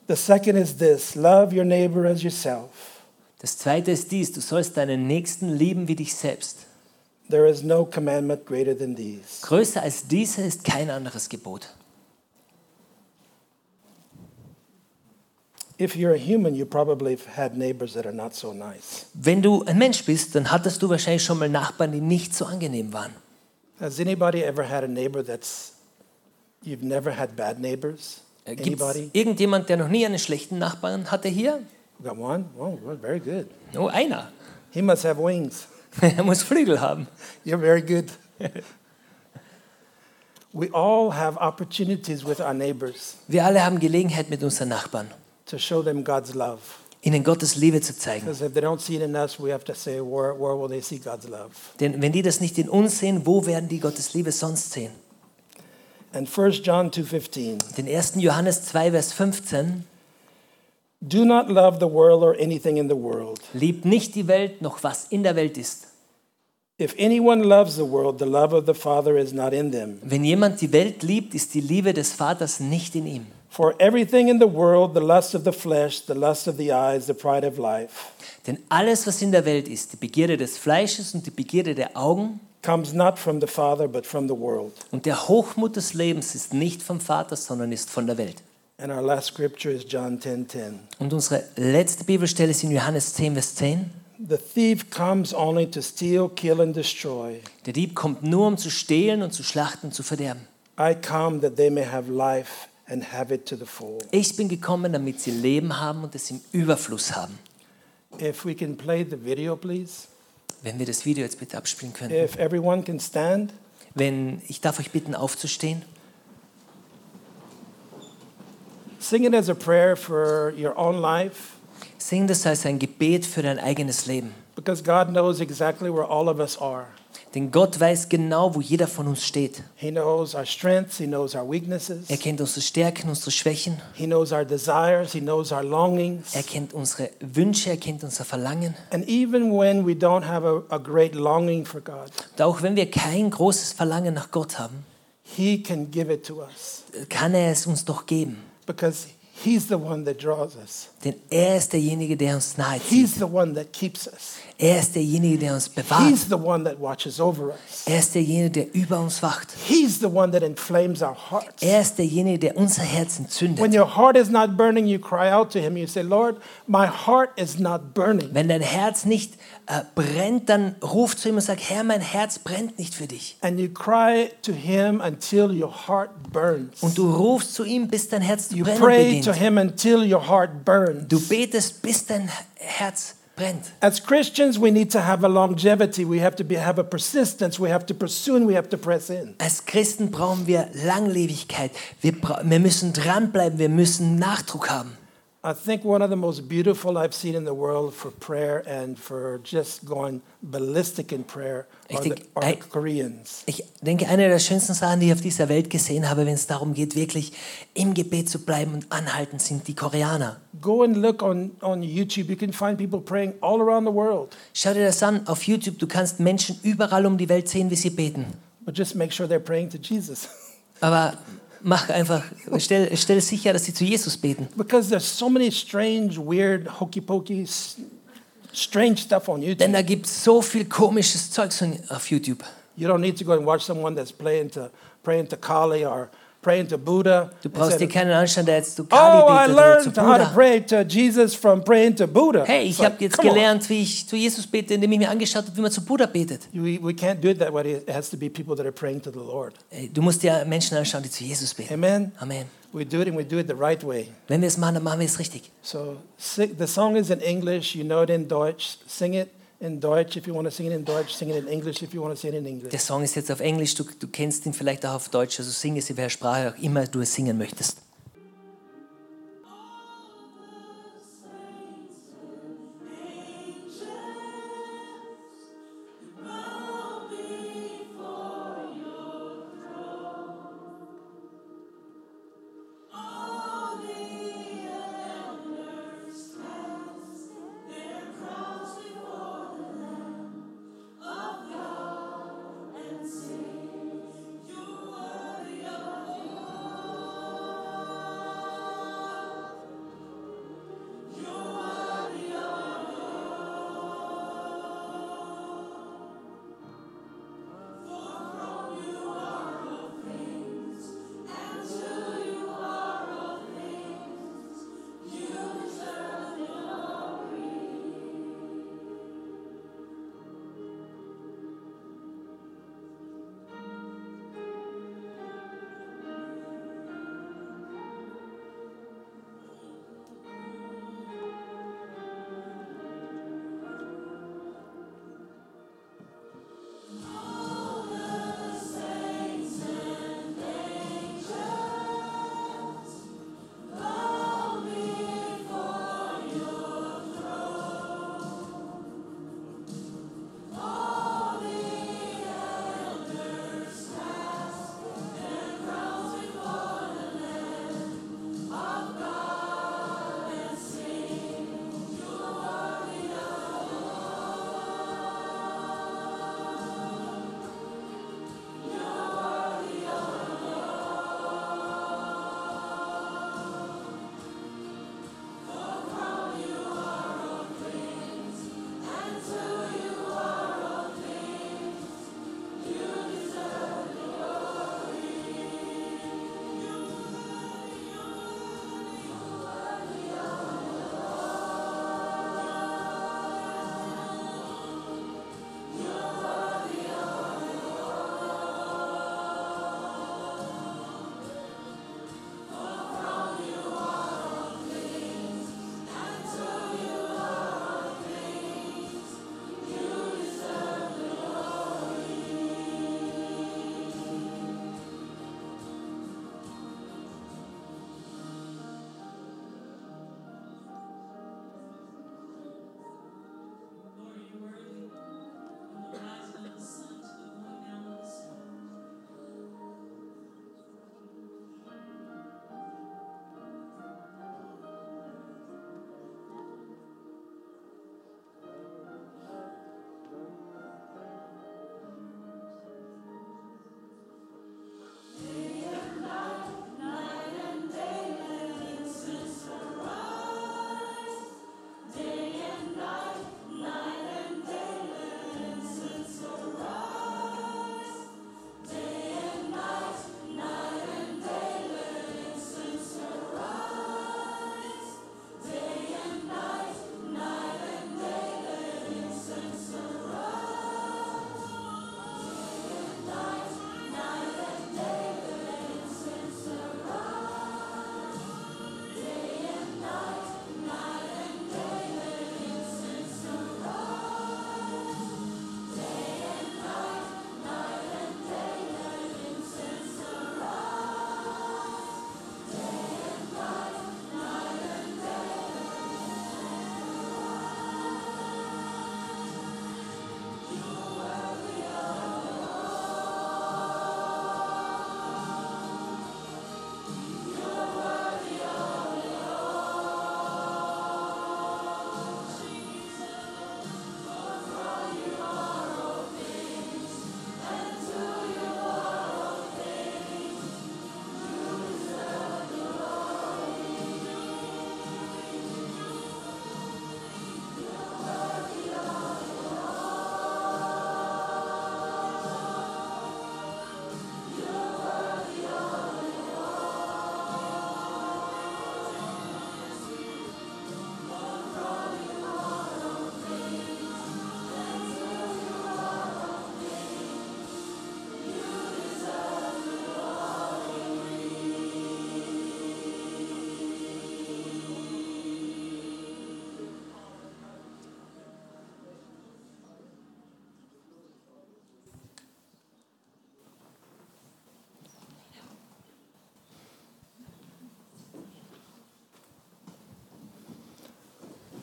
S1: The second is this love your neighbor as yourself.
S2: Das zweite ist dies, du sollst deinen Nächsten lieben wie dich selbst.
S1: There is no commandment greater than these.
S2: Größer als diese ist kein anderes Gebot.
S1: If you're a human, you probably have had neighbors that are not so nice.
S2: Wenn du ein Mensch bist, dann hattest du wahrscheinlich schon mal Nachbarn, die nicht so angenehm waren.
S1: Has anybody ever had a neighbor that's you've never had bad neighbors?
S2: Gibt es
S1: Anybody?
S2: Äh, irgendjemand, der noch nie einen schlechten Nachbarn hatte hier?
S1: Got one? Oh, well, very good.
S2: Oh, einer. *laughs*
S1: He must have wings.
S2: er muss Flügel haben.
S1: You're very good. *laughs* we all have opportunities with our neighbors
S2: Wir alle haben Gelegenheit mit unseren Nachbarn,
S1: to show them God's love.
S2: ihnen Gottes Liebe zu zeigen.
S1: Because if they don't see it in us, we have to say, where, where will they see God's love?
S2: Denn wenn die das nicht in uns sehen, wo werden die Gottes Liebe sonst sehen?
S1: And 1 John 2:15,
S2: Den 1. Johannes 2, Vers 15.
S1: Do not love the world or anything in the world.
S2: Liebt nicht die Welt, noch was in der Welt ist.
S1: If anyone loves the world, the love of the Father is not in them.
S2: Wenn jemand die Welt liebt, ist die Liebe des Vaters nicht in ihm.
S1: For everything in the world, the lust of the flesh, the lust of the eyes, the pride of life,
S2: Denn alles, was in der Welt ist, die Begierde des Fleisches und die Begierde der Augen
S1: comes not from the Father, but from the world.
S2: und der Hochmut des Lebens ist nicht vom Vater, sondern ist von der Welt.
S1: And our last scripture is John 10:10. 10, 10.
S2: Und unsere letzte Bibelstelle ist in Johannes 10, Vers 10.
S1: The thief comes only to steal, kill, and destroy.
S2: Der Dieb kommt nur, um zu stehlen und zu schlachten und zu verderben.
S1: I come that they may have life and have it to the full.
S2: Ich bin gekommen, damit sie Leben haben und es im Überfluss haben.
S1: If we can play the video, please.
S2: Wenn wir das Video jetzt bitte abspielen können.
S1: If everyone can stand.
S2: Wenn ich darf euch bitten, aufzustehen.
S1: Sing it as a prayer for your own life
S2: Sing das als ein Gebet für dein eigenes Leben.
S1: because God knows exactly where all of us are.
S2: Denn Gott weiß genau, wo jeder von uns steht.
S1: He knows our strengths, He knows our
S2: Er
S1: weaknesses,
S2: kennt unsere Stärken, unsere Schwächen.
S1: He knows our desires, He knows our
S2: Er
S1: longings.
S2: kennt unsere Wünsche, er kennt unser Verlangen.
S1: And even when we don't have a, a great longing for God,
S2: Und auch wenn wir kein großes Verlangen nach Gott haben,
S1: He can give it to us
S2: kann er es uns doch geben.
S1: because He's the one that draws us,
S2: Denn er ist derjenige, der uns nahe zieht.
S1: He's the one that keeps us,
S2: Er ist derjenige, der uns bewahrt.
S1: He's the one that watches over us,
S2: Er ist derjenige, der über uns wacht.
S1: He's the one that inflames our hearts.
S2: Er ist derjenige, der unser Herz
S1: When
S2: entzündet.
S1: your heart is not burning, you cry out to Him. You say, Lord, my heart is not burning.
S2: Wenn dein Herz nicht äh, brennt, dann ruf zu ihm und sag, Herr, mein Herz brennt nicht für dich.
S1: And you cry to Him until your heart burns.
S2: Und du rufst zu ihm, bis dein Herz zu
S1: You
S2: brennen
S1: pray to
S2: beginnt.
S1: Him until your heart burns.
S2: Du betest, bis dein Herz brennt.
S1: As Christians, we need to have a longevity. We have to be, have a persistence. We have to pursue and we have to press in.
S2: Als Christen brauchen wir Langlebigkeit. Wir, bra- wir müssen dranbleiben, wir müssen Nachdruck haben.
S1: I think one of the most beautiful I've seen in the world for prayer and for just going ballistic in prayer
S2: I
S1: are, the,
S2: think
S1: are
S2: I-
S1: the Koreans.
S2: Ich denke, eine der schönsten Sachen, die ich auf dieser Welt gesehen habe, wenn es darum geht, wirklich im Gebet zu bleiben und anhalten, sind die Koreaner.
S1: Go and look on, on YouTube. You can find people praying all around the world.
S2: Schau dir das an auf YouTube. Du kannst Menschen überall um die Welt sehen, wie sie beten.
S1: But just make sure they're praying to Jesus. *laughs*
S2: Aber mach einfach, stell, stell sicher, dass sie zu Jesus beten.
S1: because there's so many strange, weird, hokey pokey, s- strange stuff on YouTube.
S2: Denn da gibt es so viel komisches Zeugs on- auf YouTube.
S1: you don't need to go and watch someone that's playing to, praying to Kali or praying to Buddha.
S2: Du
S1: and
S2: brauchst
S1: say,
S2: dir keinen Anstand, der jetzt zu Kali
S1: oh, I
S2: betet
S1: learned how
S2: oder zu
S1: to
S2: Buddha.
S1: pray to Jesus from praying to Buddha.
S2: Hey,
S1: It's
S2: ich
S1: like,
S2: habe jetzt
S1: come on.
S2: gelernt, wie ich zu Jesus bete, indem ich mir angeschaut habe, wie man zu Buddha betet.
S1: We, we can't do it that way. It has to be people that are praying to the Lord.
S2: Ey, Du musst dir Menschen anschauen, die zu Jesus beten.
S1: Amen?
S2: Amen.
S1: We do it and we do it the right way.
S2: Wenn wir es machen, dann machen wir es richtig.
S1: So sing, the song is in English. You know it in Deutsch. Sing it in Deutsch if you want to sing it in Deutsch. Sing it in English if you want to sing it in English.
S2: Der Song ist jetzt auf Englisch, du, du kennst ihn vielleicht auch auf Deutsch, also singe es in welcher Sprache auch immer du es singen möchtest.
S3: Holy, holy,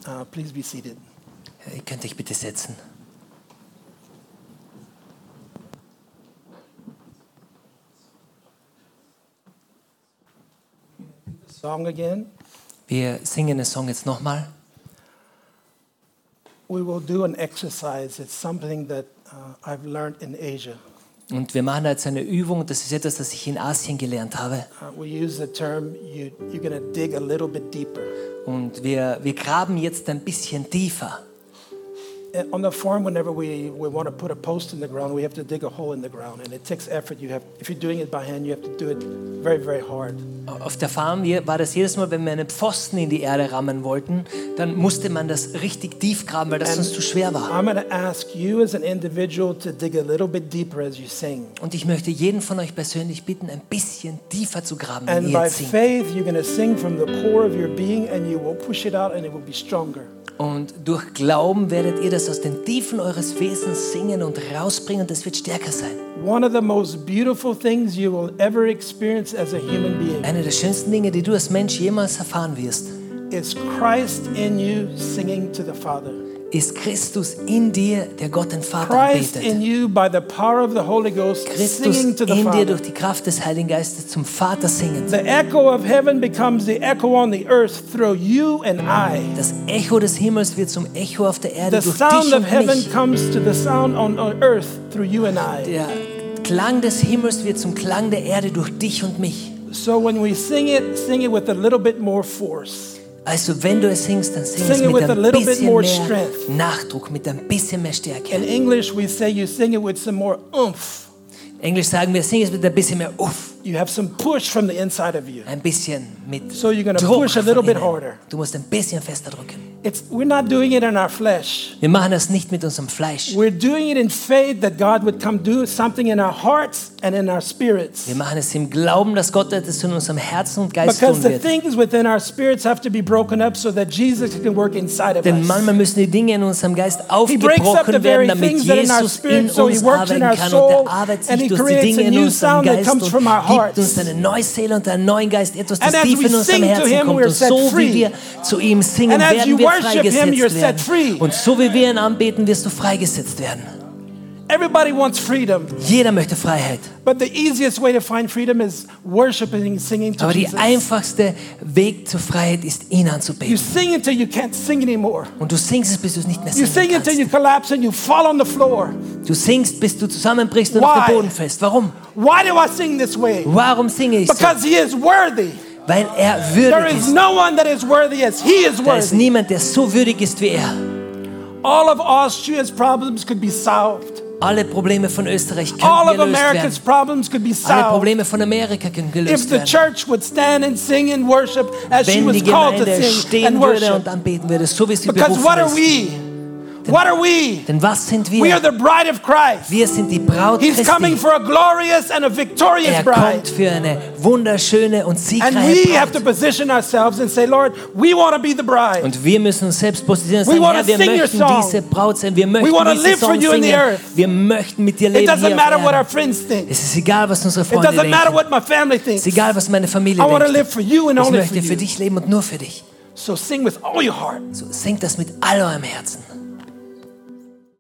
S1: Uh, please be seated.
S2: Äh, Ihr könnt euch bitte setzen.
S1: Song again.
S2: Wir singen den Song jetzt nochmal.
S1: We will do an exercise. It's something that uh, I've learned in Asia.
S2: Und wir machen da jetzt eine Übung. Das ist etwas, das ich in Asien gelernt habe.
S1: Uh, we use the term you, you're going to dig a little bit deeper.
S2: Und wir, wir graben jetzt ein bisschen tiefer.
S1: And on the farm, whenever we, we want to put a post in the ground, we have to dig a hole in the ground, and it takes effort. You have, if you're doing it by hand, you have to do it very, very hard.
S2: Auf der Farm hier war das jedes Mal, wenn wir einen Pfosten in die Erde rammen wollten, dann musste man das richtig tief graben, weil das sonst zu schwer war.
S1: I'm going to ask you as an individual to dig a little bit deeper as you sing.
S2: Und ich möchte jeden von euch persönlich bitten, ein bisschen tiefer zu graben, wenn
S1: And
S2: ihr
S1: by
S2: jetzt singt.
S1: faith, you're going to sing from the core of your being, and you will push it out, and it will be stronger.
S2: Und durch Glauben werdet ihr das aus den Tiefen eures Wesens singen und rausbringen und es wird stärker sein.
S1: One of the most beautiful things you will ever experience as a human being
S2: Eine der schönsten Dinge, die du als Mensch jemals erfahren wirst,
S1: is Christ in you singing to the Father.
S2: ist Christus in dir, der Gott den Vater
S1: Christ in
S2: anbetet.
S1: you by the power of the Holy Ghost
S2: Christus
S1: singing to the
S2: in dir durch
S1: Father.
S2: die Kraft des Heiligen Geistes zum Vater singen.
S1: The echo of heaven becomes the echo on the earth through you and I.
S2: Das Echo des Himmels wird zum Echo auf der Erde
S1: The
S2: durch
S1: sound
S2: dich
S1: of
S2: und
S1: heaven
S2: mich.
S1: comes to the sound on on earth through you and I.
S2: Der Klang des Himmels wird zum Klang der Erde durch dich und mich.
S1: So when we sing it, sing it with a little bit more force.
S2: Also wenn du es singst, dann sing
S1: Sing
S2: es
S1: it
S2: mit
S1: with a
S2: ein
S1: little bit
S2: bisschen
S1: more
S2: mehr
S1: strength.
S2: Nachdruck, mit ein bisschen mehr
S1: In
S2: Stärke.
S1: English, we say you sing it with some more oomph.
S2: In Englisch sagen wir, sing es mit ein bisschen mehr Uff,
S1: You have some push from the inside of you.
S2: ein bisschen mit
S1: So you're gonna
S2: Druck
S1: push a
S2: von
S1: little bit
S2: innen.
S1: harder.
S2: Du musst ein bisschen fester drücken.
S1: It's, we're not doing it in our flesh.
S2: Wir machen das nicht mit unserem Fleisch.
S1: We're doing it in faith that God would come do something in our hearts and in our
S2: Wir
S1: spirits.
S2: machen es im Glauben, dass Gott etwas in unserem Herzen und Geist
S1: Because
S2: tun
S1: the
S2: wird.
S1: things within our spirits have to be broken up so that Jesus can work inside of
S2: Denn
S1: us.
S2: manchmal müssen die Dinge in unserem Geist
S1: He breaks up the
S2: aufgebrochen
S1: very
S2: werden, damit
S1: things that are in our
S2: Jesus in
S1: spirit, so He
S2: uns
S1: works in
S2: arbeiten
S1: our
S2: kann. Und
S1: soul,
S2: er arbeitet
S1: and He
S2: sich durch die
S1: creates
S2: Dinge
S1: a
S2: in
S1: new
S2: unserem
S1: sound that
S2: Geist und
S1: comes from our
S2: gibt uns
S1: hearts.
S2: eine neue Seele und einen neuen Geist, etwas,
S1: And
S2: das
S1: as
S2: tief
S1: we
S2: in unserem
S1: sing to
S2: Herzen
S1: him,
S2: kommt.
S1: we're
S2: Und
S1: set
S2: so
S1: free.
S2: wie wir zu ihm singen,
S1: And as you
S2: werden wir
S1: worship him, you're
S2: freigesetzt
S1: set free.
S2: werden. Und so wie wir ihn anbeten, wirst du freigesetzt werden.
S1: Everybody wants freedom.
S2: Jeder möchte Freiheit.
S1: But the easiest way to find freedom is worshiping and singing to
S2: Aber die
S1: Jesus.
S2: einfachste Weg zur Freiheit ist, ihn
S1: You
S2: anzubeten.
S1: sing until you can't sing anymore.
S2: Und du singst es, bis du es nicht mehr
S1: You
S2: singen
S1: sing until
S2: kannst.
S1: you collapse and you fall on the floor.
S2: Du singst, bis du zusammenbrichst und
S1: Why?
S2: auf den Boden fällst. Warum?
S1: Why do I sing this way?
S2: Warum singe ich so?
S1: Because he is worthy.
S2: Weil er
S1: There
S2: würdig
S1: is
S2: ist.
S1: no one that is worthy as he is
S2: Da ist
S1: worthy.
S2: niemand, der so würdig ist wie er.
S1: All of Austria's problems could be solved.
S2: Alle Probleme von Österreich
S1: All
S2: können
S1: of
S2: gelöst werden.
S1: America's problems could be
S2: Alle
S1: solved.
S2: Probleme von Amerika können
S1: If
S2: gelöst
S1: the
S2: werden.
S1: church would stand and sing and worship as she
S2: Wenn
S1: was
S2: die
S1: called to
S2: Gemeinde
S1: sing
S2: stehen
S1: and
S2: würde und
S1: worship.
S2: anbeten würde, so wie sie
S1: Because what
S2: berufen
S1: are
S2: ist.
S1: we? What are we?
S2: Denn was sind
S1: We are
S2: wir?
S1: the bride of Christ.
S2: Wir sind die Braut
S1: He's coming
S2: Christi.
S1: for a glorious and a victorious
S2: Er kommt
S1: bride.
S2: für eine wunderschöne und
S1: And we
S2: siegreiche
S1: have to
S2: Braut.
S1: position ourselves and say, Lord, we want to be the bride.
S2: Und wir müssen uns selbst positionieren
S1: We
S2: und
S1: wanna
S2: sagen, Herr, wir
S1: sing your
S2: möchten
S1: song.
S2: diese Braut sein, wir möchten
S1: wanna
S2: diese
S1: live for
S2: Song
S1: you in the
S2: singen,
S1: earth.
S2: wir möchten mit dir leben
S1: It
S2: hier auf
S1: doesn't matter what
S2: Erden.
S1: our friends think.
S2: Es ist egal, was unsere
S1: It
S2: Freunde
S1: doesn't matter
S2: denken.
S1: what my family
S2: Es
S1: thinks.
S2: ist egal, was meine Familie
S1: I want to
S2: denkt.
S1: live for you and
S2: Ich
S1: only for
S2: möchte für
S1: you.
S2: dich leben und nur für dich.
S1: So sing with all your heart.
S2: So, singt das mit all eurem Herzen.